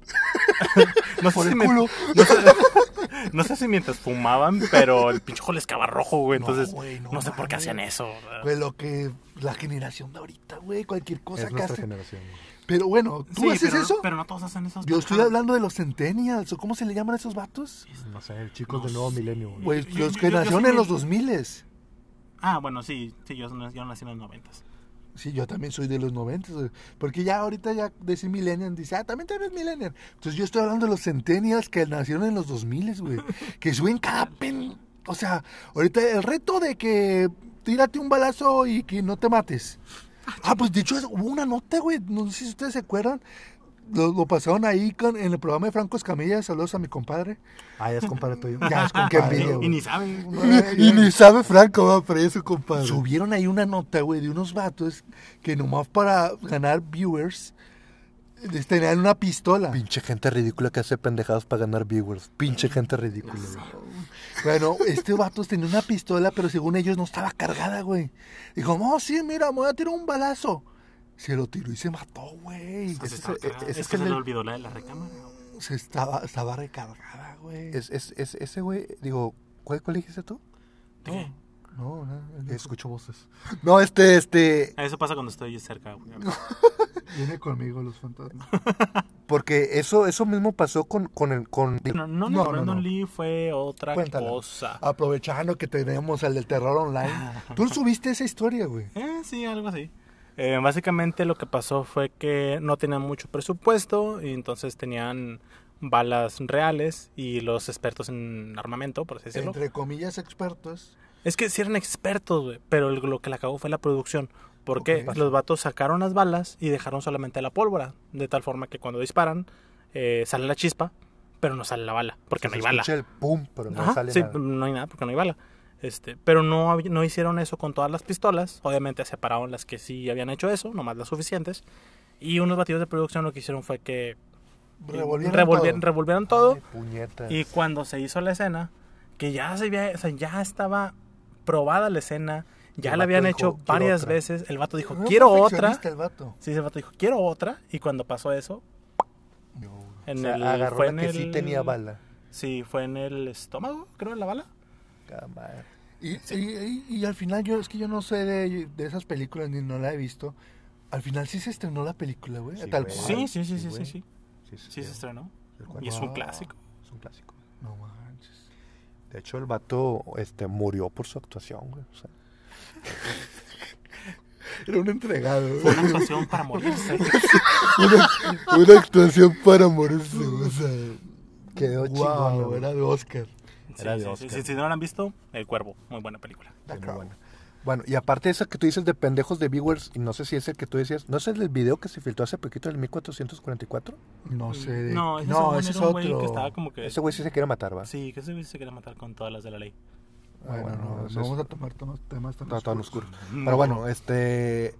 D: No
A: Por
D: sé, si
A: el
D: me-
A: culo.
D: no sé- no sé si mientras fumaban, pero el pinche ojo les cava rojo, güey.
A: No,
D: Entonces, no,
A: güey, no
D: sé por
A: mames.
D: qué hacían eso. ¿verdad?
A: Güey, Pues lo que la generación de ahorita, güey, cualquier cosa
C: Es
A: que
C: nuestra
A: hace.
C: generación. güey.
A: Pero bueno, ¿tú
D: Sí,
A: haces
D: pero,
A: eso?
D: Pero no todos hacen eso.
A: Yo estoy hablando de los centennials, o cómo se le llaman a esos vatos.
C: No sé, chicos del nuevo milenio, güey.
A: Güey,
D: yo-
A: los
D: yo-
A: que
D: yo
A: nacieron
D: sí
A: en
D: me-
A: los 2000
D: Ah, bueno, sí, sí, yo, no- yo nací en los noventas.
A: Sí, yo también soy de los 90, güey, porque ya ahorita ya decir millennial, dice, ah, también te ves millennial. Entonces yo estoy hablando de los centennials que nacieron en los 2000, güey, que suben cada pen... O sea, ahorita el reto de que tírate un balazo y que no te mates. Ah, pues dicho eso, hubo una nota, güey, no sé si ustedes se acuerdan, lo, lo pasaron ahí con- en el programa de Franco Escamilla, saludos a mi compadre.
C: Ah, ya es compadre tuyo.
A: Ya, es
D: Qué
A: compadre,
C: envidia,
A: güey.
D: y ni saben.
C: Y ni sabe Franco, va, pero eso, compadre.
A: Subieron ahí una nota, güey, de unos vatos que nomás para ganar viewers les tenían una pistola.
C: Pinche gente ridícula que hace pendejadas para ganar viewers. Pinche gente ridícula, güey.
A: Bueno, este vatos tenía una pistola, pero según ellos no estaba cargada, güey. Dijo, no, sí, mira, me voy a tirar un balazo. Se lo tiró y se mató, güey.
D: Pues
C: ese-
D: estaba
C: ese-
D: cagado.
C: ese
D: es
C: es
D: que se
C: el
D: le
C: del-
D: olvidó la de la recámara.
A: Se estaba, estaba recargada, güey.
C: Es, es, es- ese güey, digo, ¿cuál, cuál dijiste tú?
D: ¿De qué?
A: No, no, no,
C: Escucho voces. No, este, este,
D: Eso pasa cuando estoy cerca, güey.
A: viene conmigo los fantasmas.
C: porque eso, eso mismo pasó con, con el, con...
D: No, no, no,
A: No, no,
D: Brandon
A: no.
D: Lee fue otra
A: Cuéntala.
D: cosa.
A: Aprovechando que tenemos al del terror online. Tú subiste esa historia, güey.
D: Eh, sí, algo así. Eh, básicamente lo que pasó fue que no tenían mucho presupuesto y entonces tenían balas reales y los expertos en armamento, por así decirlo.
A: Entre comillas, expertos.
D: Es que sí eran expertos, güey, pero el- lo que la cagó fue la producción. Porque
A: Ok.
D: los vatos sacaron las balas y dejaron solamente la pólvora, de tal forma que cuando disparan eh, sale la chispa, pero no sale la bala, porque no hay
C: se
D: bala.
C: escucha el pum, pero no
D: Ajá,
C: sale
D: sí, pues,
C: nada.
D: no hay nada porque no hay bala. Este, pero no, hab- no hicieron eso con todas las pistolas. Obviamente separaron las que sí habían hecho eso, nomás las suficientes. Y unos batidos de producción lo que hicieron fue que
A: Revolvieron.
D: revolvieron
A: todo.
D: revolvieron todo.
C: Ay, puñetas.
D: Y cuando se hizo la escena, que ya se había, o sea, ya estaba probada la escena,
C: el
D: ya
C: vato
D: la habían
C: dijo,
D: hecho
C: "Quiero
D: varias
C: otra". Ah,
D: veces, el vato dijo,
A: Era un
D: quiero otra.
A: perfeccionista el vato.
D: Sí, el vato dijo, quiero otra. Y cuando pasó eso, en
C: O sea,
D: el,
C: agarró
D: fue
C: la
D: en
C: que
D: el-
C: sí tenía bala.
D: Sí, fue en el estómago, creo, en la bala.
C: Cámara.
A: Y, y- y- y al final, yo es que yo no sé de, de esas películas ni no la he visto. Al final sí se estrenó la película, güey.
C: Sí,
A: tal
C: güey.
A: cual.
D: Sí, sí, sí,
C: sí,
D: sí, sí,
C: güey.
D: sí.
C: Sí, sí,
D: Sí se
C: sí.
D: estrenó.
C: El cual-
D: Y es un
A: Ah.
D: clásico.
C: Es un clásico.
A: No manches.
C: De hecho, el vato este, murió por su actuación, güey. O sea,
A: Era un entregado, güey.
D: Fue una actuación para morirse.
C: una, una actuación para morirse, güey, o sea, quedó
A: Guau,
C: chingón, güey.
A: era de Oscar.
D: Sí,
C: Era de
D: sí, sí,
C: Oscar.
D: sí, si no la han visto, El Cuervo, muy buena película.
A: The
C: Muy
A: Crown.
C: buena. Bueno, y aparte esa que tú dices de pendejos de viewers, y no sé si es el que tú decías, ¿no es el del video que se filtró hace poquito, el 1444?
A: No sé. Pues de-
D: Mm, No, ese, según
A: ese es
D: era un güey
A: otro.
D: que estaba como que...
C: Ese güey sí se quiere matar, ¿va?
D: Sí, que ese güey se quería matar con todas las de la ley.
A: Bueno,
C: Bueno,
A: no,
C: ese
A: no
C: es-
A: vamos a tomar tonos- temas tan
C: Está tan
A: oscuros.
C: oscuro.
D: No.
C: Pero bueno, este...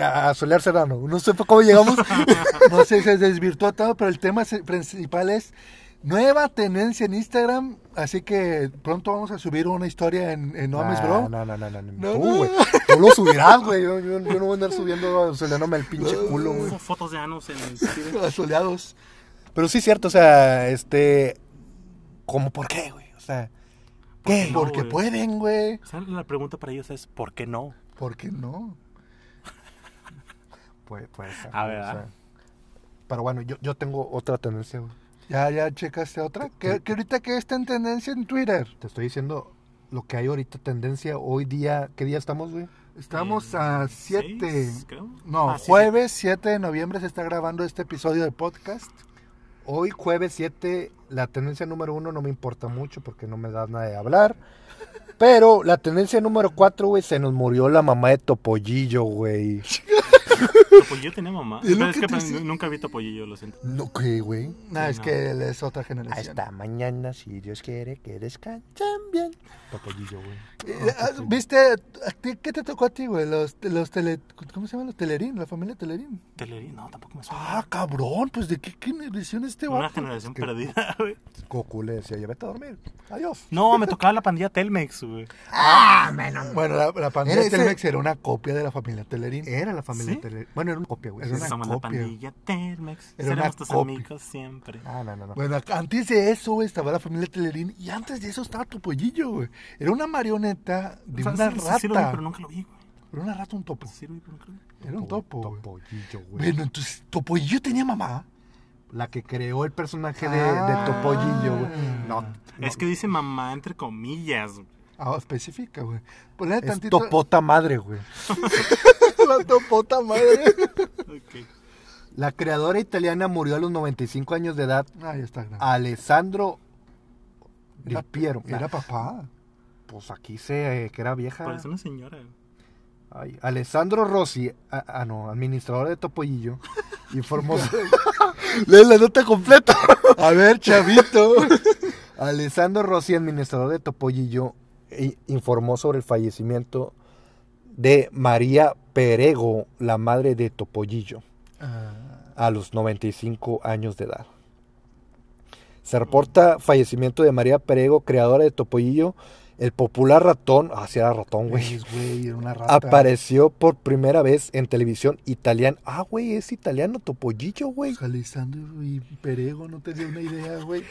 C: A a Solear Serrano, no sé cómo llegamos.
A: No sé, se desvirtuó todo, pero el tema se- principal es nueva tendencia en Instagram. Así que pronto vamos a subir una historia en, en No Ames,
C: Ah,
A: Bro.
C: No, no, no, no, no.
A: No,
C: Tú,
A: no.
C: güey. Tú lo subirás, güey. Yo, yo- yo no voy a andar subiendo, soleándome el pinche culo, güey.
D: Fo- Fotos de Anos en Twitter.
A: Soleados.
C: Pero sí es cierto, o sea, este... ¿Cómo por qué, güey? O sea,
D: qué
C: ¿qué?
D: no?
A: Porque
D: güey.
A: pueden, güey.
D: O sea, la pregunta para ellos es, ¿por qué no?
A: ¿Por qué no?
C: Pues, pues,
D: Ah,
C: güey,
D: ¿verdad?
C: pero bueno, yo, yo tengo otra tendencia, güey.
A: Ya, ya checaste otra. Que,
C: Sí.
A: que ahorita que está en tendencia en Twitter.
C: Te estoy diciendo lo que hay ahorita, tendencia, hoy día, ¿qué día estamos, güey?
A: Estamos
D: El
A: a
D: Eh, seis,
A: 7.
D: creo.
A: No,
D: Ah, sí, sí.
A: jueves 7 de noviembre se está grabando este episodio de podcast.
C: Hoy jueves 7, la tendencia número 1 no me importa mucho porque no me da nada de hablar. Pero la tendencia número 4, güey, se nos murió la mamá de Topollillo, güey.
D: Topollillo tenía mamá.
A: Es lo
D: Pero es
A: que
D: que
A: te
D: pues,
A: decía.
D: nunca vi Topollillo, lo siento.
C: No, ¿qué, güey?
A: No, Ah, es que él es otra generación.
C: Hasta mañana, si Dios quiere que descansen bien. Topollillo, güey.
A: Eh, ah, ¿Viste? ¿A ti- ¿Qué te tocó a ti, güey? Los, los tele... ¿Cómo se llaman los Telerín? La familia Telerín.
D: Telerín, no, tampoco me suena.
A: Ah, cabrón, pues ¿de qué generación es este
D: Una
A: vato?
D: generación perdida, güey.
C: Goku le decía, ya vete a dormir.
A: oh.
C: Adiós.
D: No, me tocaba la pandilla Telmex, güey.
A: Bueno, la, la pandilla
C: Era ese-
A: Telmex era una copia de la familia Telerín.
C: Era la familia
D: ¿Sí?
C: Tele- Bueno, era una copia, güey.
A: Era una
D: Somos la
A: copia.
D: pandilla Telmex.
A: Era una
D: Seremos tus
A: copia.
D: amigos siempre.
C: Ah, no, no, no.
A: Bueno, ac- antes de eso, güey, estaba la familia Telerín y antes de eso estaba Topollillo, güey. Era una marioneta de
D: O sea,
A: una
D: sí, sí,
A: rata.
D: Sí, lo vi, pero nunca lo vi, güey.
A: Era una rata, un topo.
D: Sí, lo vi, pero nunca lo vi.
A: Era un topo, güey.
C: Topollillo, güey.
A: Bueno, entonces, Topollillo tenía mamá.
C: La que creó el personaje de,
A: Ah.
C: de Topollillo, güey. No, no.
D: Es que dice mamá entre comillas. güey.
A: Ah, específica, güey. Ponle
C: Es
A: tantito.
C: topota madre, güey.
A: la topota madre.
D: Ok.
C: La creadora italiana murió a los 95 años de edad.
A: Ah, ya está grande.
C: Alessandro Di
A: Era-
C: Piero.
A: Era papá.
C: Pues aquí se eh, que era vieja.
D: Parece una señora. güey.
C: Ay, Alessandro Rossi, ah, ah, no, administrador de Topollillo, informó. Lee la nota completa.
A: A ver, chavito.
C: Alessandro Rossi, administrador de Topollillo, i- informó sobre el fallecimiento de María Perego, la madre de Topollillo,
A: Ah,
C: a los 95 años de edad. Se reporta fallecimiento de María Perego, creadora de Topollillo, el popular ratón, ah, sí era ratón, güey.
A: Güey, güey, era una rata.
C: Apareció por primera vez en televisión italiana. Ah, güey, es italiano, Topollillo, güey.
A: Pues, Alessandro y Perego, no tenía una idea, güey.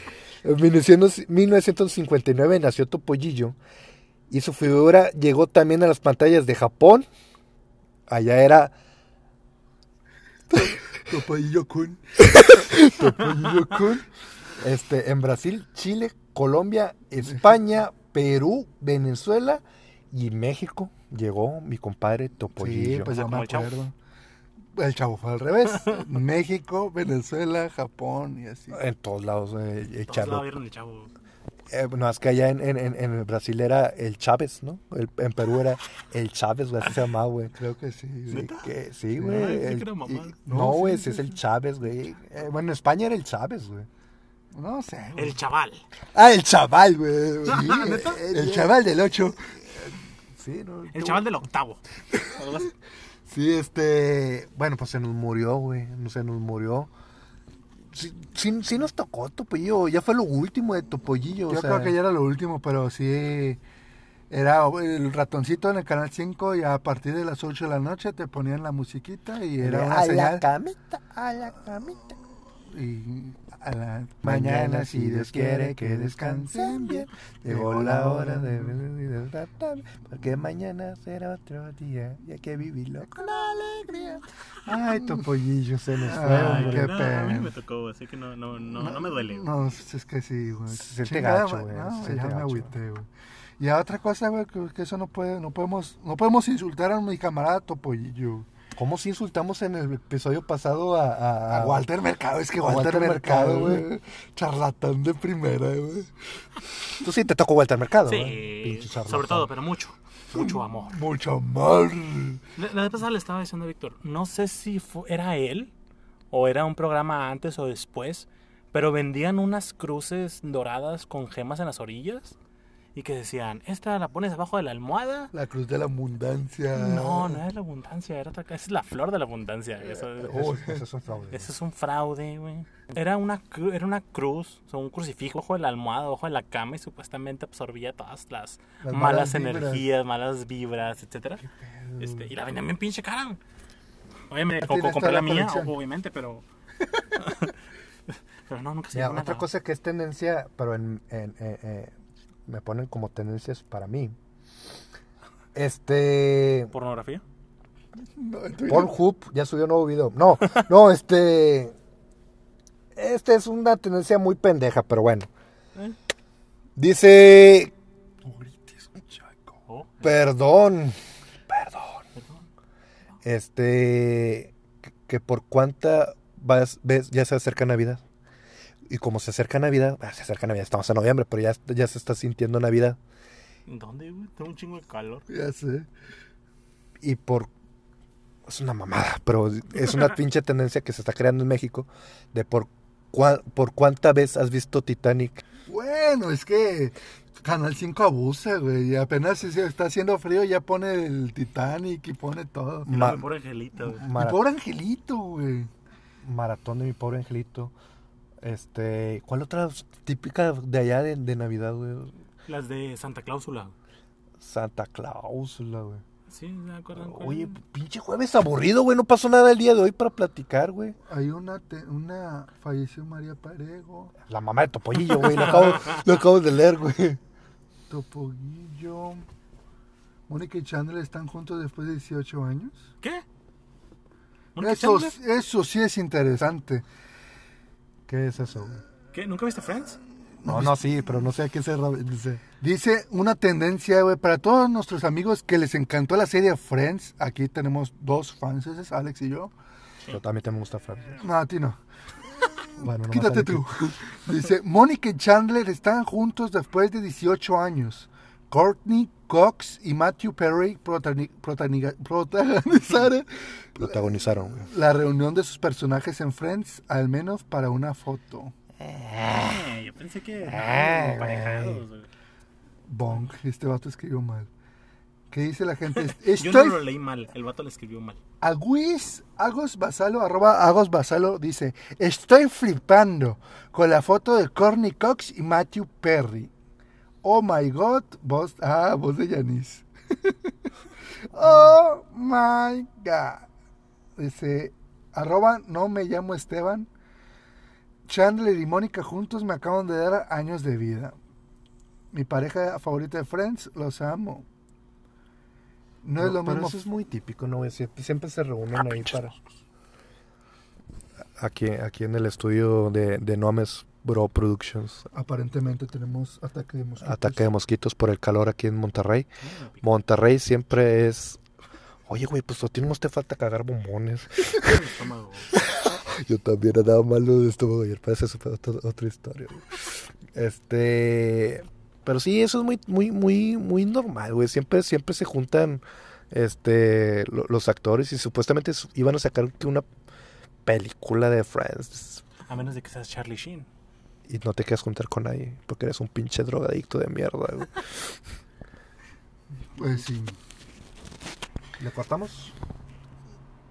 C: En 1900 1959 nació Topollillo y su figura llegó también a las pantallas de Japón. Allá era
A: Topollillo Kun.
C: Topollillo Kun. Este, en Brasil, Chile, Colombia, España, Perú, Venezuela y México llegó mi compadre Topollillo.
A: Sí, pues
D: O
A: yo
D: sea,
A: me
D: Ah, como el Chavo.
A: acuerdo. El chavo fue al revés. México, Venezuela, Japón y así.
C: En todos lados eh,
D: Todos
C: echarlo
D: la vieron el chavo.
C: Eh, no, es que allá en, en, en- en Brasil era el Chávez, ¿no? El- en Perú era el Chávez, güey, así se llamaba, güey.
A: Creo que sí. güey.
C: Sí, que- sí,
D: Ah,
C: güey.
D: yo pensé
C: el-
D: que era mamá.
C: y-
A: No,
C: no,
A: sí,
C: güey,
A: sí,
C: ese es
A: sí.
C: el Chávez, güey. Eh, bueno, en España era el Chávez, güey.
A: No sé. güey.
D: El chaval.
C: Ah, el chaval, güey.
A: Sí,
C: ¿Neta?
A: el chaval del 8.
C: eh, Sí, no,
D: El chaval del octavo. Algo así.
C: Sí, este. Bueno, pues se nos murió, güey. No se nos murió. Sí, sí, sí nos tocó Topollillo. Ya fue lo último de Topollillo.
A: Yo
C: o sea,
A: creo que ya era lo último, pero sí. Era el ratoncito en el canal 5 y a partir de las 8 de la noche te ponían la musiquita y era una
C: a la
A: señal.
C: camita, a la camita.
A: Y a la
C: Mañana, si Dios quiere que descansen bien, llegó la hora de porque mañana será otro día y hay que vivirlo con alegría. Ay, Topollillo se nos fue.
A: Ay,
C: hombre.
A: qué
D: no, A mí
A: pena.
D: me tocó, así que no, no, no, no me duele. güey.
A: No, pues es que sí, güey.
C: Se siente
A: Chingada
C: gacho,
A: ma-
C: güey,
A: No,
C: se
A: güey,
C: siente
A: ya me
C: gacho,
A: agüité, güey. Y a otra cosa, güey, que, que eso no puede, no podemos, no podemos insultar a mi camarada Topollillo.
C: ¿Cómo si insultamos en el episodio pasado a, a-
A: A Walter Mercado, es que
C: A
A: Walter,
C: Walter
A: Mercado,
C: Mercado,
A: güey. Charlatán de primera, güey.
C: Tú sí te tocó Walter Mercado. ¿eh?
D: Sí,
C: Pinche charlatán.
D: sobre todo, pero mucho. Mucho amor.
A: Mucho amor.
D: La, la vez pasada le estaba diciendo a Víctor, no sé si fu- era él o era un programa antes o después, pero vendían unas cruces doradas con gemas en las orillas y que decían, esta la pones abajo de la almohada.
A: La cruz de la abundancia.
D: No, no era la abundancia, era otra cosa, esa es la flor de la abundancia. Eso, es-
C: Eso, eso es un fraude.
D: eso es un fraude, güey. Era una, cru- era una cruz, o sea, un crucifijo bajo de la almohada, bajo de la cama y supuestamente absorbía todas las,
A: Las malas
D: malas,
A: vibras.
D: energías, malas vibras, etcétera. Este, y la vendían bien pinche cara. güey. Obviamente, co- co-
A: tienes
D: compré
A: toda
D: la,
A: la
D: mía,
A: colección.
D: obviamente, pero. pero no, nunca se
C: Mira,
D: llegó a
C: otra
D: nada.
C: cosa que es tendencia, pero en, en- eh, eh, me ponen como tendencias para mí. Este.
D: ¿Pornografía?
A: No, en Twitter.
C: Pornhub ya subió un nuevo video. No, no, este. Este es una tendencia muy pendeja, pero bueno.
D: ¿Eh?
C: Dice.
D: Oh,
C: Perdón. Perdón. Este. que- Que por cuánta vas, ves, ya se acerca Navidad. Y como se acerca Navidad, ah, se acerca Navidad, estamos en noviembre, pero ya, ya se está sintiendo Navidad.
D: ¿Dónde, güey? Tengo un chingo de calor.
A: Ya sé.
C: Y por
E: es una mamada, pero es una pinche tendencia que se está creando en México de por, cua- por cuánta vez has visto Titanic.
A: Bueno, es que Canal 5 abusa, güey. y apenas si se está haciendo frío, ya pone el Titanic y pone todo.
D: Y
E: Ma-
D: luego mi pobre angelito, güey.
A: Mi
E: mara-
A: pobre angelito, güey.
E: maratón de mi pobre angelito. Este, ¿cuál otra típica de allá de, de Navidad, güey?
D: Las de Santa Cláusula.
E: Santa Clausula, güey.
D: Sí, ¿se acuerdan? cuál?
E: Oye, pinche jueves aburrido, güey. No pasó nada el día de hoy para platicar, güey.
A: Hay una, te- una falleció María Parego,
E: La mamá de Topollillo, güey. Lo acabo, lo acabo de leer, güey.
A: Topoguillo, Mónica y Chandler están juntos después de 18 años.
D: ¿Qué? ¿Mónica
A: Eso,
D: Chandler?
A: eso sí es interesante.
E: ¿Qué es eso, güey?
D: ¿Qué? ¿Nunca viste Friends?
E: No, no, sí, pues, pero no sé a qué se ra- dice.
A: Dice una tendencia, güey, para todos nuestros amigos que les encantó la serie Friends. Aquí tenemos dos franceses, Alex y yo.
E: Pero también te me gusta Francia.
A: No, a ti no.
E: Bueno, nomás
A: Quítate
E: a mí
A: tú. Dice, Mónica y Chandler están juntos después de 18 años. Courtney Cox y Matthew Perry protagoni- protagoni- protagonizaron
E: que Protagonizaron, güey.
A: la reunión de sus personajes en Friends, al menos para una foto.
D: Eh, yo pensé que...
A: Ah,
D: estaban emparejados, güey.
A: Bong, este vato escribió mal. ¿Qué dice la gente? Estoy
D: Yo no lo leí mal, el vato le escribió mal.
A: Agüis, Agos Basalo, arroba Agos Basalo, dice, estoy flipando con la foto de Corny Cox y Matthew Perry. Oh my God, voz, ah, voz de Yanis. oh my God. Dice, arroba, no me llamo Esteban. Chandler y Mónica juntos me acaban de dar años de vida. Mi pareja favorita de Friends, los amo. No, es lo
E: pero
A: mismo
E: eso es muy típico, ¿no? güey? Siempre, siempre se reúnen ahí para... Aquí, aquí en el estudio de, de Noames Bro Productions.
A: Aparentemente tenemos ataque de mosquitos.
E: Ataque de mosquitos por el calor aquí en Monterrey. Monterrey siempre es... Oye, güey, pues a ti no te falta cagar bombones.
D: En el estómago, güey.
E: Yo también andaba malo de estómago ayer, pero esa es otra, otra historia. güey. Este, pero sí, eso es muy, muy, muy, muy normal, güey. Siempre, siempre se juntan, este, lo- los actores y supuestamente su- iban a sacar que una película de Friends
D: A menos de que seas Charlie Sheen.
E: y no te quieras juntar con nadie porque eres un pinche drogadicto de mierda. güey.
A: Pues sí.
E: ¿Le cortamos?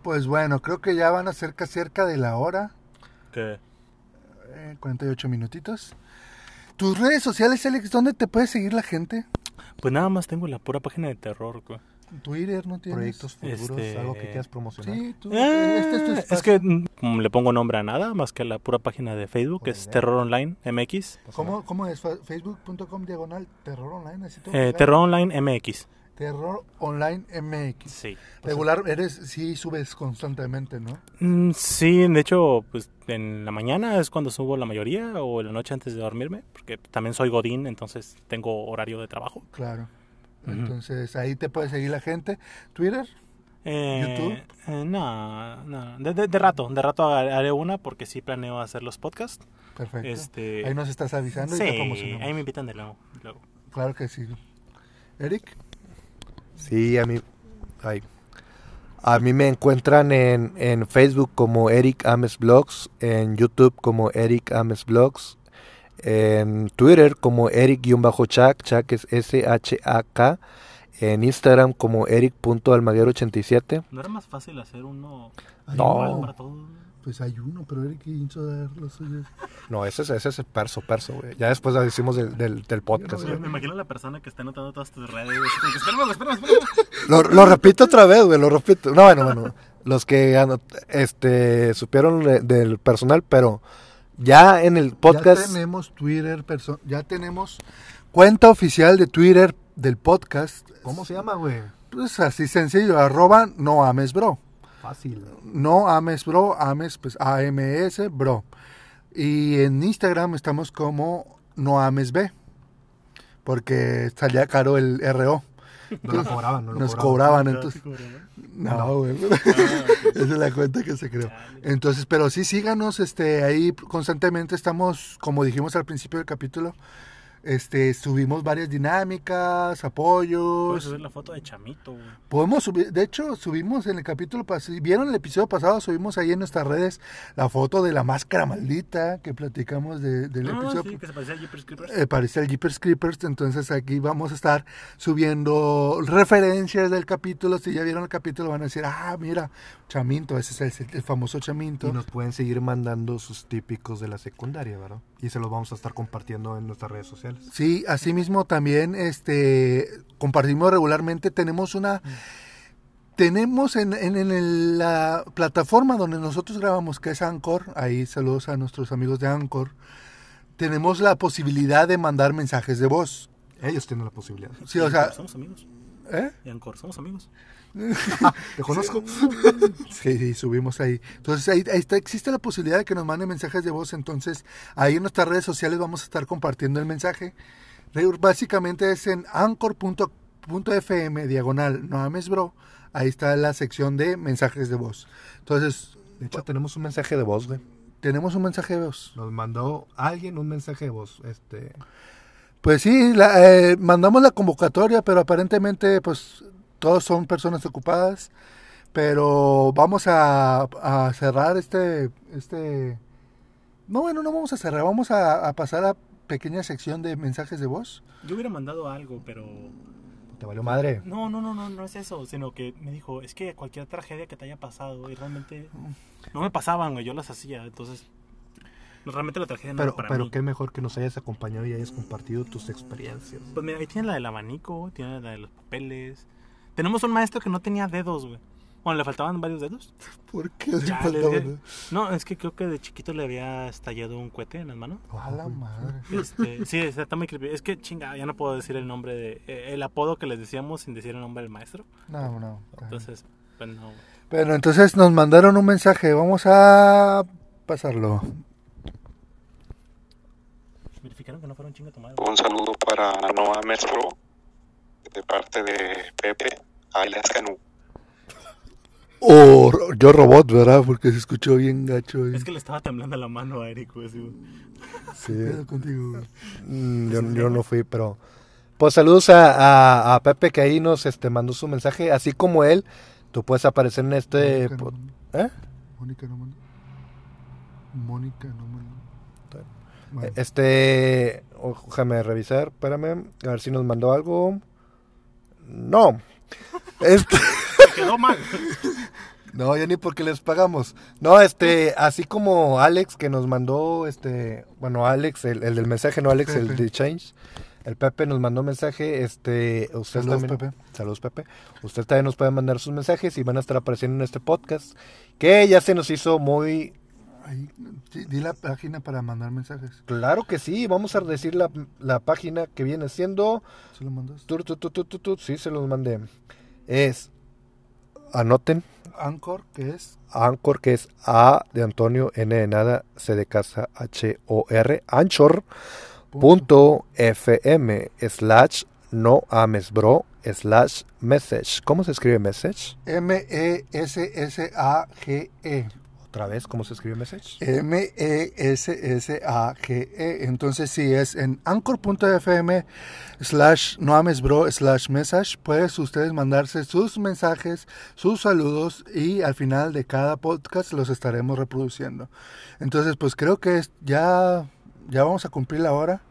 A: Pues bueno, creo que ya van a cerca, cerca de la hora.
D: ¿Qué?
A: eh, 48 minutitos. Tus redes sociales, Alex, ¿dónde te puede seguir la gente?
D: Pues nada más tengo la pura página de terror, güey.
A: Twitter, ¿no tienes?
E: Proyectos futuros,
D: Este-
E: algo que quieras promocionar.
A: Sí, tú.
D: Ah,
A: este es tu
D: es
A: espacio.
D: que mm, le pongo nombre a nada más que a la pura página de Facebook, que es Terror Online MX.
A: ¿Cómo, cómo es? Fa- Facebook.com diagonal terror online. así todo
D: Eh,
A: pegado.
D: Terror Online MX.
A: Terror online MX.
D: Sí.
E: Pues
A: Regular, eres, sí, subes constantemente, ¿no?
D: Mm, Sí, de hecho, pues en la mañana es cuando subo la mayoría o en la noche antes de dormirme, porque también soy godín, entonces tengo horario de trabajo.
A: Claro.
D: Ujú.
A: Entonces ahí te puede seguir la gente. Twitter,
D: Eh, eh, no, no, de, de- de rato, de rato ha- haré una porque sí planeo hacer los podcasts.
A: perfecto.
D: Este,
A: Ahí nos estás avisando
D: sí,
A: y te promocionamos.
D: ahí me invitan de nuevo. luego.
A: Claro que sí. Eric,
E: Sí, a mí. ay. A mí me encuentran en, en Facebook como Eric Ames Blogs, en YouTube como Eric Ames Blogs, en Twitter como Eric-Chak, Chak es S-H-A-K, en Instagram como Eric.almaguer87.
D: ¿No era más fácil hacer uno
E: No.
D: para todos?
A: pues hay uno, pero Eric hizo dar los suyos.
E: No, ese es, ese es el perso, perso, güey. Ya después decimos del, del, del podcast,
D: Me
E: güey.
D: imagino la persona que está anotando todas tus redes. como que, Espérame, espérame, espérame.
E: Lo, lo repito otra vez, güey, lo repito. No, bueno, bueno. Los que ano- este, supieron de- del personal, pero ya en el
A: Ya
E: podcast...
A: tenemos Twitter, perso- ya tenemos cuenta oficial de Twitter del podcast.
E: ¿Cómo se llama, güey?
A: Pues así sencillo, arroba no ames bro.
E: Fácil.
A: No ames bro, ames pues AMS bro. Y en Instagram estamos como no ames b. Porque salía caro el RO.
E: No lo cobraban, no lo
A: Nos
E: cobraban.
A: cobraban, entonces. No, güey. Esa es la cuenta que se creó. Entonces, pero sí síganos, este, ahí constantemente estamos, como dijimos al principio del capítulo, Este, subimos varias dinámicas, apoyos.
D: Puedes hacer la foto de Chamito, güey.
A: Podemos subir, de hecho, subimos en el capítulo, pas- si vieron el episodio pasado, subimos ahí en nuestras redes la foto de la máscara maldita que platicamos de- del
D: Ah,
A: episodio.
D: sí, que se parecía a Jeepers Creepers.
A: Eh, parece el Jeepers Creepers, entonces aquí vamos a estar subiendo referencias del capítulo. Si ya vieron el capítulo, van a decir, ah, mira, Chaminto, ese es el, el famoso Chaminto.
E: Y nos pueden seguir mandando sus típicos de la secundaria, ¿verdad? Y se los vamos a estar compartiendo en nuestras redes sociales.
A: Sí, asimismo también este compartimos regularmente, tenemos una tenemos en, en- en el- la plataforma donde nosotros grabamos que es Anchor, ahí saludos a nuestros amigos de Anchor. Tenemos la posibilidad de mandar mensajes de voz.
E: Ellos tienen la posibilidad.
A: Sí, o sea,
D: Somos amigos.
A: ¿eh?
D: Y Ancor, somos amigos.
E: Te conozco.
A: Sí, sí, subimos ahí. Entonces, ahí, ahí está, existe la posibilidad de que nos manden mensajes de voz. Entonces, ahí en nuestras redes sociales vamos a estar compartiendo el mensaje. Re- Básicamente es en anchor.fm diagonal no ames bro. Ahí está la sección de mensajes de voz. Entonces,
E: De hecho, tenemos un mensaje de voz, güey.
A: tenemos un mensaje de voz.
E: Nos mandó alguien un mensaje de voz. Este,
A: Pues sí, la- eh, mandamos la convocatoria, pero aparentemente, pues, todos son personas ocupadas. Pero vamos a, a cerrar este, este... No, bueno, no vamos a cerrar, vamos a, a pasar a pequeña sección de mensajes de voz.
D: Yo hubiera mandado algo, pero...
E: te valió madre.
D: No, no, no, no, no es eso. Sino que me dijo, es que cualquier tragedia que te haya pasado, y realmente... No me pasaban, güey, yo las hacía, entonces... no, Realmente la tragedia no
E: Pero,
D: era para
E: pero
D: mí.
E: qué mejor que nos hayas acompañado y hayas compartido tus experiencias.
D: Pues mira, ahí tiene la del abanico, tiene la de los papeles. Tenemos un maestro que no tenía dedos, güey. Bueno, le faltaban varios dedos.
A: ¿Por qué? le
D: Chale,
A: faltaba-
D: güey. No, es que creo que de chiquito le había estallado un cohete en las manos.
A: A la madre.
D: Este, sí, está, está muy creepy. Es que chinga, ya no puedo decir el nombre de. eh, el apodo que les decíamos sin decir el nombre del maestro.
A: No, no.
D: Entonces, pues no.
A: Bueno, entonces nos mandaron un mensaje, vamos a pasarlo.
D: Verificaron que no fueron chinga tomados.
F: Un saludo para Noa Mesro de parte de Pepe alias Canú.
A: O ro- yo robot, ¿verdad? Porque se escuchó bien gacho. y-
D: Es que le estaba temblando la mano a Eric, güey. así, güey.
E: Sí.
A: Pedo contigo, güey.
E: Mm, Yo, yo no fui, pero. Pues saludos a, a- a Pepe que ahí nos este, mandó su mensaje. Así como él, tú puedes aparecer en este.
A: Mónica no
E: po-
A: mandó.
E: ¿Eh?
A: Mónica no mandó. Mónica no mandó.
E: Está
A: Bueno,
E: Este. o- Déjame revisar, espérame. A ver si nos mandó algo. No. Este.
D: Se quedó mal.
E: No, ya ni porque les pagamos. No, este, así como Alex que nos mandó, este, bueno, Alex, el, el del mensaje, no Alex, el
A: Pepe.
E: de Change. El Pepe nos mandó mensaje, este, ustedes
A: Saludos,
E: también.
A: Pepe.
E: Saludos, Pepe. Ustedes también nos pueden mandar sus mensajes y van a estar apareciendo en este podcast, que ya se nos hizo muy
A: ahí, di, di la página para mandar mensajes.
E: claro que sí. Vamos a decir la, la página que viene siendo.
A: ¿Se lo mandas?
E: tur, tur, tur, tur, tur, tur, sí, se los mandé. Es, anoten,
A: Anchor, que es
E: Anchor, que es A de Antonio, N de nada, C de casa, H O R, anchor.fm slash no ames bro slash message. ¿Cómo se escribe message?
A: E M-E-S-S-A-G-E.
E: Otra vez, ¿cómo se escribe message?
A: E M-E-S-S-A-G-E. E. Entonces, si es en anchor.fm slash noamesbro slash message, puedes ustedes mandarse sus mensajes, sus saludos y al final de cada podcast los estaremos reproduciendo. Entonces, pues creo que es- ya, ya vamos a cumplir la hora.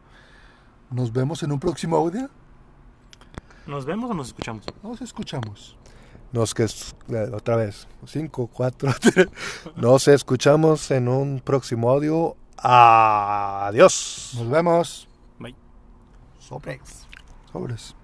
A: Nos vemos en un próximo audio.
D: ¿Nos vemos o nos escuchamos?
A: Nos escuchamos.
E: Nos que es- eh, otra vez, 5, 4, 3. Nos escuchamos en un próximo audio. Adiós.
A: Nos vemos.
D: Bye.
A: Sobres.